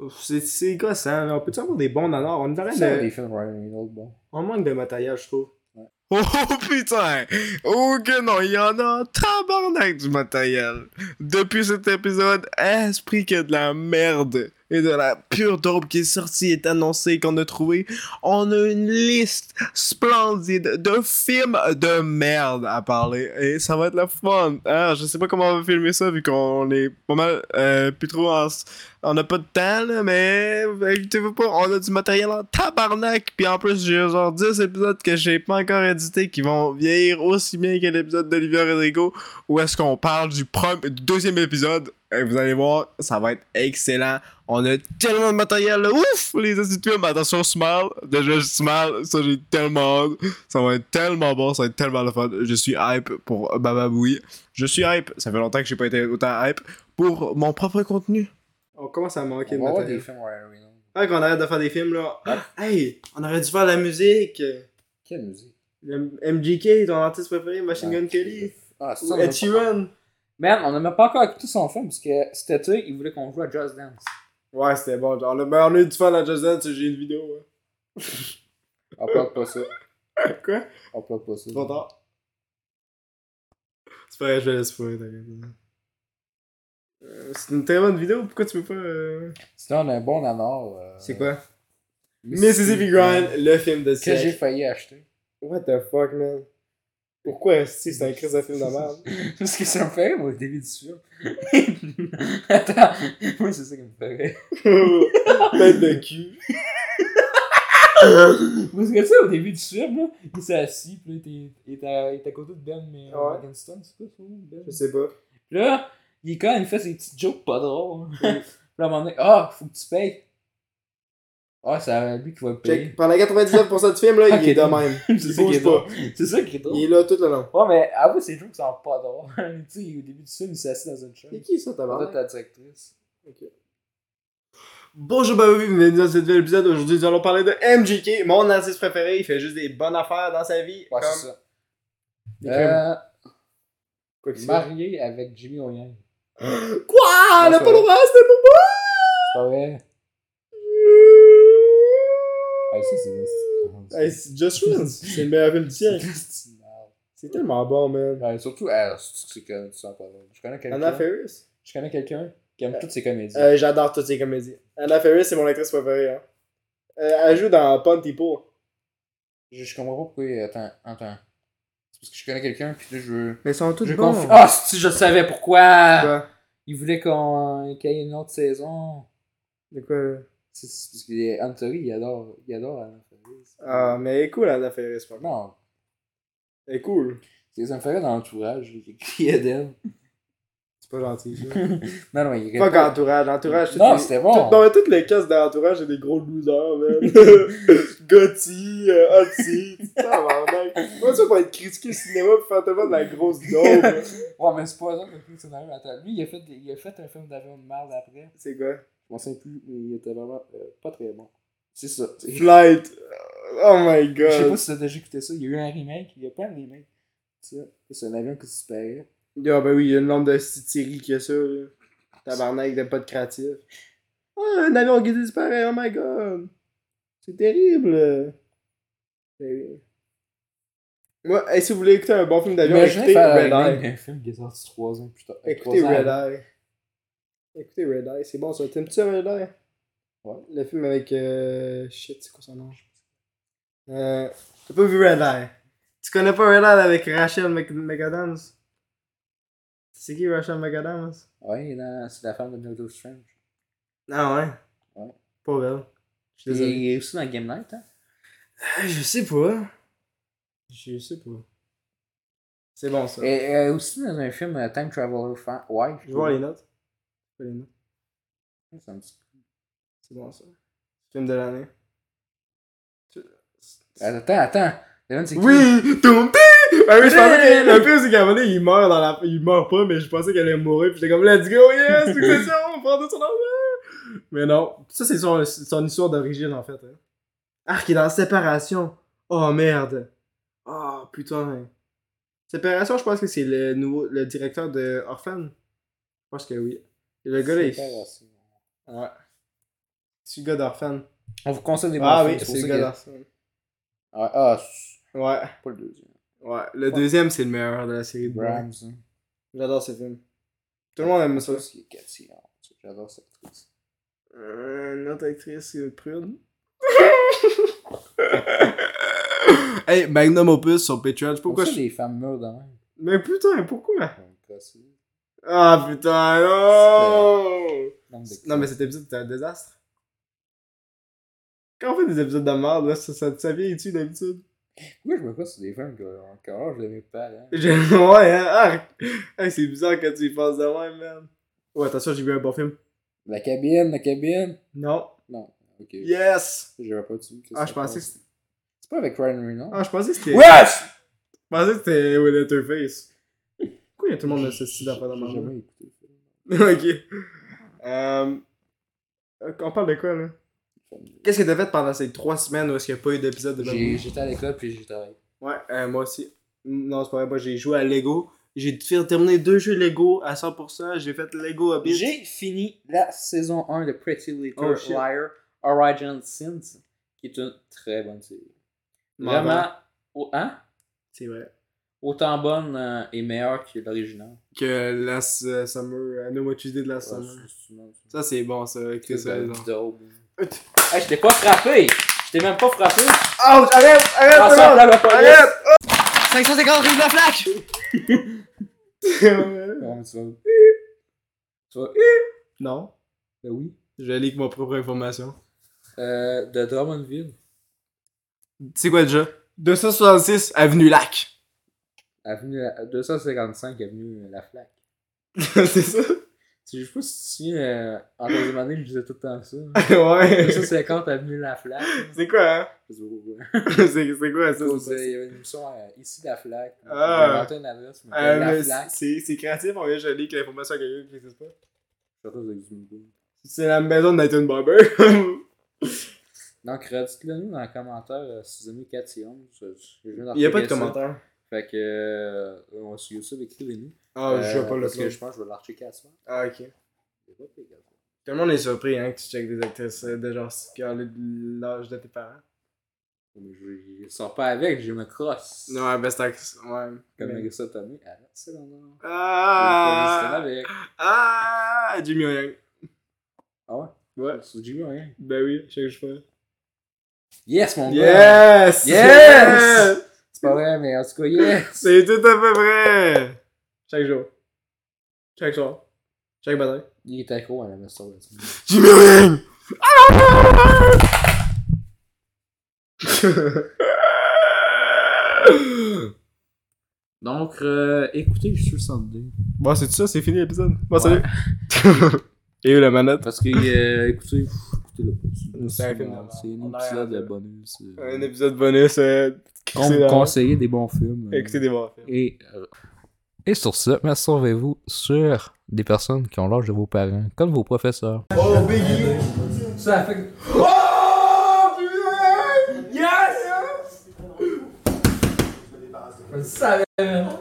[SPEAKER 3] Ouf, C'est c'est gossant, là. On peut-tu avoir des bons nanars? On est en train
[SPEAKER 2] C'est
[SPEAKER 3] de...
[SPEAKER 2] des films Ryan Reynolds, bon.
[SPEAKER 3] On manque de matériel, je trouve.
[SPEAKER 2] Ouais.
[SPEAKER 3] Oh putain! Oh que non, il y en a un tabarnak du matériel! Depuis cet épisode, esprit que de la merde et de la pure daube qui est sortie est annoncée qu'on a trouvé, on a une liste splendide de films de merde à parler et ça va être la fun! Hein, je sais pas comment on va filmer ça vu qu'on est pas mal euh, plus trop en, on n'a pas de temps, là, mais inquiétez-vous pas, on a du matériel en tabarnak. Puis en plus, j'ai genre 10 épisodes que j'ai pas encore édités qui vont vieillir aussi bien que l'épisode d'Olivier Rodrigo, où est-ce qu'on parle du, prom- du deuxième épisode. Et vous allez voir, ça va être excellent. On a tellement de matériel, là. ouf! Les instituts, mais attention, Smile. Déjà, je smile. Ça, j'ai tellement hâte. Ça va être tellement bon, ça va être tellement le fun. Je suis hype pour Bababoui. Je suis hype. Ça fait longtemps que j'ai pas été autant hype pour mon propre contenu. On commence à manquer
[SPEAKER 2] On va avoir des films Ryan Reynolds.
[SPEAKER 3] Ouais, qu'on arrête de faire des films, là. Hey, on aurait dû faire la musique.
[SPEAKER 2] Quelle musique.
[SPEAKER 3] Le MGK, ton artiste préféré, Machine Gun Kelly.
[SPEAKER 2] Ah, c'est
[SPEAKER 3] Ou
[SPEAKER 2] ça. on a
[SPEAKER 3] Ed
[SPEAKER 2] pas-
[SPEAKER 3] Sheeran.
[SPEAKER 2] Man, on n'a même pas encore écouté son film parce que cet été, il voulait qu'on joue à Just Dance.
[SPEAKER 3] Ouais, c'était bon. Genre, le meilleur lieu du fan à Justin, c'est j'ai une vidéo.
[SPEAKER 2] On plug pas ça.
[SPEAKER 3] Hein. Quoi?
[SPEAKER 2] On plug pas ça.
[SPEAKER 3] Trop tard. C'est pas vrai, je vais laisser pour t'inquiète. Euh, C'est une très bonne vidéo, pourquoi tu veux pas. euh,
[SPEAKER 2] C'était un bon nanor. euh,
[SPEAKER 3] C'est quoi?
[SPEAKER 2] Mississippi
[SPEAKER 3] Mississippi Grind, le film de
[SPEAKER 2] Que j'ai
[SPEAKER 3] siècle.
[SPEAKER 2] failli acheter.
[SPEAKER 3] What the fuck, man? Pourquoi si c'est un crise de film de merde?
[SPEAKER 2] Parce que ça me fait rire, moi, au début du film. Attends, oui, c'est ça qui me fait rire.
[SPEAKER 3] Tête de cul.
[SPEAKER 2] Parce que tu sais, au début du film, là, il s'est assis, puis là, il était- il était à- il était à côté de Ben mais
[SPEAKER 3] Ouais.
[SPEAKER 2] Morgenstern, c'est quoi son nom, Ben?
[SPEAKER 3] Je sais pas.
[SPEAKER 2] Puis là, il est quand il fait ses petites jokes pas drôles. hein. Puis là, à un moment donné, ah, faut que tu payes. Ah, c'est à lui qui va le
[SPEAKER 3] Check.
[SPEAKER 2] payer.
[SPEAKER 3] Pendant 99% du film, là, il est
[SPEAKER 2] Ok.
[SPEAKER 3] de même.
[SPEAKER 2] C'est
[SPEAKER 3] Il
[SPEAKER 2] ça qui est
[SPEAKER 3] bouge pas.
[SPEAKER 2] drôle. C'est ça qui est drôle.
[SPEAKER 3] Il est là tout le long.
[SPEAKER 2] Ouais, mais avoue, ces jokes sont pas drôles. tu sais, au début du film, il s'est assis dans une chambre.
[SPEAKER 3] C'est qui ça,
[SPEAKER 2] Là,
[SPEAKER 3] tabarnak?
[SPEAKER 2] ta directrice.
[SPEAKER 3] Bonjour, Bababi, bienvenue dans ce nouvel épisode. Aujourd'hui, nous allons parler de MJK, mon artiste préféré. Il fait juste des bonnes affaires dans sa vie.
[SPEAKER 2] Ouais,
[SPEAKER 3] comme-
[SPEAKER 2] c'est ça.
[SPEAKER 3] Des crèmes.
[SPEAKER 2] Euh,
[SPEAKER 3] Quoi que ce soit.
[SPEAKER 2] marié avec Jimmy O'Neill.
[SPEAKER 3] Quoi?
[SPEAKER 2] Non,
[SPEAKER 3] Le
[SPEAKER 2] c'est
[SPEAKER 3] pas
[SPEAKER 2] vrai.
[SPEAKER 3] le droit, c'était pour moi!
[SPEAKER 2] C'est pas vrai? Ah, ça, c'est bien.
[SPEAKER 3] Hey, c'est Just Friends. Ah, C'est le meilleur film du siècle.
[SPEAKER 2] Christy, merde.
[SPEAKER 3] C'est tellement bon, man.
[SPEAKER 2] Ouais, surtout, ah, c'est c'est que tu sens pas drôle. Je connais
[SPEAKER 3] Anna
[SPEAKER 2] quelqu'un.
[SPEAKER 3] Ferris.
[SPEAKER 2] Je connais quelqu'un qui aime toutes ses comédies.
[SPEAKER 3] Euh, J'adore toutes ses comédies. Anna Ferris, c'est mon actrice préférée. Hein. Euh, elle joue dans Pontypool.
[SPEAKER 2] Je, je comprends pas pourquoi. euh, Attends, attends. C'est parce que je connais quelqu'un, puis là, je veux.
[SPEAKER 3] Mais ils sont tous
[SPEAKER 2] Je conf- Ah, si je savais pourquoi!
[SPEAKER 3] Ah!
[SPEAKER 2] Il voulait qu'on euh, qu'il y ait une autre saison.
[SPEAKER 3] De quoi? là?
[SPEAKER 2] C'est c'est parce que Anthony, il adore, il adore Anna Faris.
[SPEAKER 3] Ah, mais elle est cool, Anna Ferris, par contre.
[SPEAKER 2] Non,
[SPEAKER 3] Elle est cool.
[SPEAKER 2] c'est ça me ferait dans l'entourage, qui criait d'elle.
[SPEAKER 3] C'est pas gentil. ça.
[SPEAKER 2] Non, non, il
[SPEAKER 3] Fuck
[SPEAKER 2] pas-
[SPEAKER 3] entourage, entourage. tout
[SPEAKER 2] Non,
[SPEAKER 3] est-
[SPEAKER 2] c'était
[SPEAKER 3] tout-
[SPEAKER 2] bon.
[SPEAKER 3] non, mais toutes les castes d'entourage, c'est des gros losers, man. Gotti, euh, Hottie, putain, mec. Moi, tu vas être critiqué au cinéma pour faire tellement de la grosse daube. là.
[SPEAKER 2] Ouais, mais c'est pas ça, le scénario. Attends, lui, il a fait, des- il a fait un film d'avion de merde après.
[SPEAKER 3] C'est quoi?
[SPEAKER 2] Je m'en souviens plus, mais il était vraiment euh, pas très bon. C'est ça. c'est- Je
[SPEAKER 3] Flight. Oh my
[SPEAKER 2] sais pas
[SPEAKER 3] god.
[SPEAKER 2] si t'as déjà écouté ça. Il y a eu un remake, il y a plein de remakes. Ça, c'est un avion qui disparaît.
[SPEAKER 3] Ah ben oui, il y a le nombre de séries qu'il y a ça. là. Tabarnak de pas de créatif. Ah, un avion qui disparaît, oh my god. C'est terrible. Ben oui. Moi, hey, si vous voulez écouter un bon film d'avion,
[SPEAKER 2] Imaginez
[SPEAKER 3] écoutez
[SPEAKER 2] faire un
[SPEAKER 3] Red
[SPEAKER 2] remake
[SPEAKER 3] Eye.
[SPEAKER 2] d'un film qui est sorti 3 ans plus tard. euh,
[SPEAKER 3] Écoutez
[SPEAKER 2] trois ans
[SPEAKER 3] Red
[SPEAKER 2] avant.
[SPEAKER 3] Eye. Écoutez Red Eye, c'est bon ça. T'aimes-tu ça, Red Eye?
[SPEAKER 2] Ouais.
[SPEAKER 3] Le film avec... euh, Shit, c'est quoi son nom? Euh... T'as pas vu Red Eye? Tu connais pas Red Eye avec Rachel Mc- McAdams? C'est qui Rachel McAdams?
[SPEAKER 2] Ouais, il est dans- c'est la femme de Doctor Strange.
[SPEAKER 3] Ah ouais?
[SPEAKER 2] Ouais.
[SPEAKER 3] Pas belle. Je suis
[SPEAKER 2] Il
[SPEAKER 3] désolé.
[SPEAKER 2] il est aussi dans Game Night, hein.
[SPEAKER 3] Ah, je sais pas. Je sais pas. C'est bon ça.
[SPEAKER 2] Et euh, aussi dans un film euh, Time Traveler Fa- Wife.
[SPEAKER 3] Je vais voir les notes. Je vois les notes.
[SPEAKER 2] Ça me dit-
[SPEAKER 3] C'est bon ça. Film de l'année.
[SPEAKER 2] Euh, Attends, attends. Devine, c'est qui?
[SPEAKER 3] Oui! Tourté! Ah oui, je pensais que le pire, c'est qu'à un moment donné, il meurt dans la. Il meurt pas, mais je pensais qu'elle allait mourir, pis j'étais comme, let's go, yes, succession, on prend tout son argent! Mais non. Ça, c'est son, son histoire d'origine, en fait. Hein. Ah, qui est dans Séparation. Oh merde. Oh putain. Séparation, je pense que c'est le nouveau. le directeur de Orphan. Je pense que oui. Et le gars là, il.
[SPEAKER 2] C'est pas grave, c'est-
[SPEAKER 3] Ouais. C'est le gars d'Orphan.
[SPEAKER 2] On vous conseille des bons
[SPEAKER 3] Ah
[SPEAKER 2] films,
[SPEAKER 3] oui,
[SPEAKER 2] pour
[SPEAKER 3] c'est
[SPEAKER 2] ça
[SPEAKER 3] le
[SPEAKER 2] que-
[SPEAKER 3] gars d'Orphan.
[SPEAKER 2] Ah, ah, c'est-
[SPEAKER 3] Ouais,
[SPEAKER 2] Pas le deuxième.
[SPEAKER 3] ouais. Le deuxième, c'est le meilleur de la série de Brad.
[SPEAKER 2] Brams. hein.
[SPEAKER 3] J'adore ce film. Tout le monde aime ça.
[SPEAKER 2] Ça, c'est Cathy. hein. J'adore cette actrice.
[SPEAKER 3] Euh, Une autre actrice, c'est Prude. hey, Magnum Opus sur Patreon, je sais pas pourquoi
[SPEAKER 2] Pourquoi
[SPEAKER 3] je...
[SPEAKER 2] les femmes meurent de même?
[SPEAKER 3] Mais putain, pourquoi?
[SPEAKER 2] Comme Cosby.
[SPEAKER 3] Ah putain, non!
[SPEAKER 2] Manque de
[SPEAKER 3] Non, mais cet épisode était un désastre. Quand on fait des épisodes de merde, là, ça, ça, ça vient dessus d'habitude.
[SPEAKER 2] Moi, je me passe sur des femmes que, encore, je l'aimais pas, là.
[SPEAKER 3] Je- Ouais, hein? ah, hey, c'est bizarre quand tu y penses de même, man. Ouais, attention, j'ai vu un bon film.
[SPEAKER 2] La cabine, la cabine!
[SPEAKER 3] Non.
[SPEAKER 2] Ok.
[SPEAKER 3] Yes!
[SPEAKER 2] J'avais pas dessus.
[SPEAKER 3] Ah, je pensais que
[SPEAKER 2] c'est.
[SPEAKER 3] c'était.
[SPEAKER 2] C'est pas avec Ryan Reynolds?
[SPEAKER 3] Ah, je pensais que c'était.
[SPEAKER 2] Wesh!
[SPEAKER 3] Je pensais que c'était Will Interface. Pourquoi il y a tout le monde de ce style d'affaires de
[SPEAKER 2] J'ai
[SPEAKER 3] merde?
[SPEAKER 2] jamais écouté ça.
[SPEAKER 3] ok. Euh, on parle de quoi, là? Qu'est-ce que t'as fait pendant ces trois semaines où est-ce qu'il n'y a pas eu d'épisode de
[SPEAKER 2] J'ai- J'étais à l'école, puis j'ai travaillé.
[SPEAKER 3] Ouais, euh, moi aussi. Non, c'est pas vrai, moi j'ai joué à Lego. J'ai fait- terminé deux jeux Lego à 100%. J'ai fait Lego Hobbit.
[SPEAKER 2] J'ai fini la saison 1 de Pretty Little
[SPEAKER 3] Oh, shit.
[SPEAKER 2] Liar Origin Sins, qui est une très bonne série.
[SPEAKER 3] Menteur.
[SPEAKER 2] Vraiment, au- hein?
[SPEAKER 3] C'est vrai.
[SPEAKER 2] autant bonne euh, et meilleure que l'original.
[SPEAKER 3] Que Last euh, Summer, I Know What You Did Last
[SPEAKER 2] Ouais,
[SPEAKER 3] Summer.
[SPEAKER 2] c'est- c'est- c'est-
[SPEAKER 3] Ça c'est bon, ça. Écoutez ça. les gens.
[SPEAKER 2] C'est dope.
[SPEAKER 3] Out.
[SPEAKER 2] Hey, je t'ai pas frappé! Je t'ai même pas frappé!
[SPEAKER 3] Ouch! Arrête! Arrête!
[SPEAKER 2] Ensemble,
[SPEAKER 3] tout le monde!
[SPEAKER 2] la police!
[SPEAKER 3] Arrête!
[SPEAKER 5] 550 rives de la flash!
[SPEAKER 2] Bon, tu vas- Tu vas-
[SPEAKER 3] non.
[SPEAKER 2] Ben oui.
[SPEAKER 3] Je vais lire ma propre information.
[SPEAKER 2] Euh, de Drummondville,
[SPEAKER 3] C'est quoi déjà? 266 Avenue Lac.
[SPEAKER 2] avenue la- 255 avenue euh, La Flaque.
[SPEAKER 3] c'est ça?
[SPEAKER 2] Tu sais, je sais pas si tu te souviens, euh, en deuxième année, je disais tout le temps ça. hein.
[SPEAKER 3] ouais.
[SPEAKER 2] 250 avenue La Flaque.
[SPEAKER 3] c'est quoi, hein?
[SPEAKER 2] Je sais pas pourquoi.
[SPEAKER 3] c'est c'est quoi ça?
[SPEAKER 2] Cause, euh, Il y avait une émission euh, ici La Flaque.
[SPEAKER 3] Ah.
[SPEAKER 2] J'ai inventé une adresse, mais
[SPEAKER 3] Euh,
[SPEAKER 2] La
[SPEAKER 3] mais
[SPEAKER 2] Flaque.
[SPEAKER 3] c'est c'est créatif, on vient je lis que l'information à quelqu'un qui existe pas.
[SPEAKER 2] Je sais pas si ça existe.
[SPEAKER 3] C'est la maison de Nathan Barber.
[SPEAKER 2] Donc, redites-le nous dans les commentaires euh, si vous aimez Cathy Holmes. Euh, je viens d'en
[SPEAKER 3] Il n'y a pas de
[SPEAKER 2] retrouver ça.
[SPEAKER 3] commentaire.
[SPEAKER 2] Fait que, euh, on suit ça, écrivez-nous. Euh,
[SPEAKER 3] Ah, je vois pas le
[SPEAKER 2] Parce que
[SPEAKER 3] truc.
[SPEAKER 2] je pense que je vais l'archer à soir.
[SPEAKER 3] Ah, ok.
[SPEAKER 2] Je vais pas payer quatre soirs.
[SPEAKER 3] Tout le monde est surpris hein, que tu checkes des actrices euh, de genre qui ont le- l'âge de tes parents.
[SPEAKER 2] Mais je je sors pas avec, je me crosse.
[SPEAKER 3] Ouais, best actrice. Ouais.
[SPEAKER 2] Comme
[SPEAKER 3] Mais-
[SPEAKER 2] Marissa Tomei, elle a c'est dans le-
[SPEAKER 3] Ah!
[SPEAKER 2] Je vais pas avec.
[SPEAKER 3] Ah! Jimmy O'Young.
[SPEAKER 2] Ah ouais?
[SPEAKER 3] Ouais.
[SPEAKER 2] C'est Jimmy rien.
[SPEAKER 3] Ben oui, je sais que je
[SPEAKER 2] Yes, mon
[SPEAKER 3] fais.
[SPEAKER 2] gars!
[SPEAKER 3] Yes!
[SPEAKER 2] Yes! C'est pas vrai, mais en tout cas, yes!
[SPEAKER 3] C'est tout à fait vrai! Chaque jour. Chaque soir. Chaque matin.
[SPEAKER 2] Il est accro à la masturbation.
[SPEAKER 3] Jimmy O'Young!
[SPEAKER 2] Donc, euh, écoutez, je suis Sunday.
[SPEAKER 3] Bon, c'est tout ça, c'est fini l'épisode. Bon,
[SPEAKER 2] Ouais.
[SPEAKER 3] salut! Et où la manette?
[SPEAKER 2] Parce que, euh, écoutez, pff, écoutez le
[SPEAKER 3] C'est un film de
[SPEAKER 2] C'est un
[SPEAKER 3] merde. On a rien à
[SPEAKER 2] épisode de
[SPEAKER 3] dire.
[SPEAKER 2] bonus. euh,
[SPEAKER 3] Un épisode bonus. Euh,
[SPEAKER 6] On
[SPEAKER 3] c'est la-
[SPEAKER 6] conseiller des bons films. euh,
[SPEAKER 3] Écoutez des bons films.
[SPEAKER 6] Et, euh, et sur ce, masturbez-vous sur des personnes qui ont l'âge de vos parents, comme vos professeurs.
[SPEAKER 2] Ça fait que- Oh putain! Yes! Je le savais, man.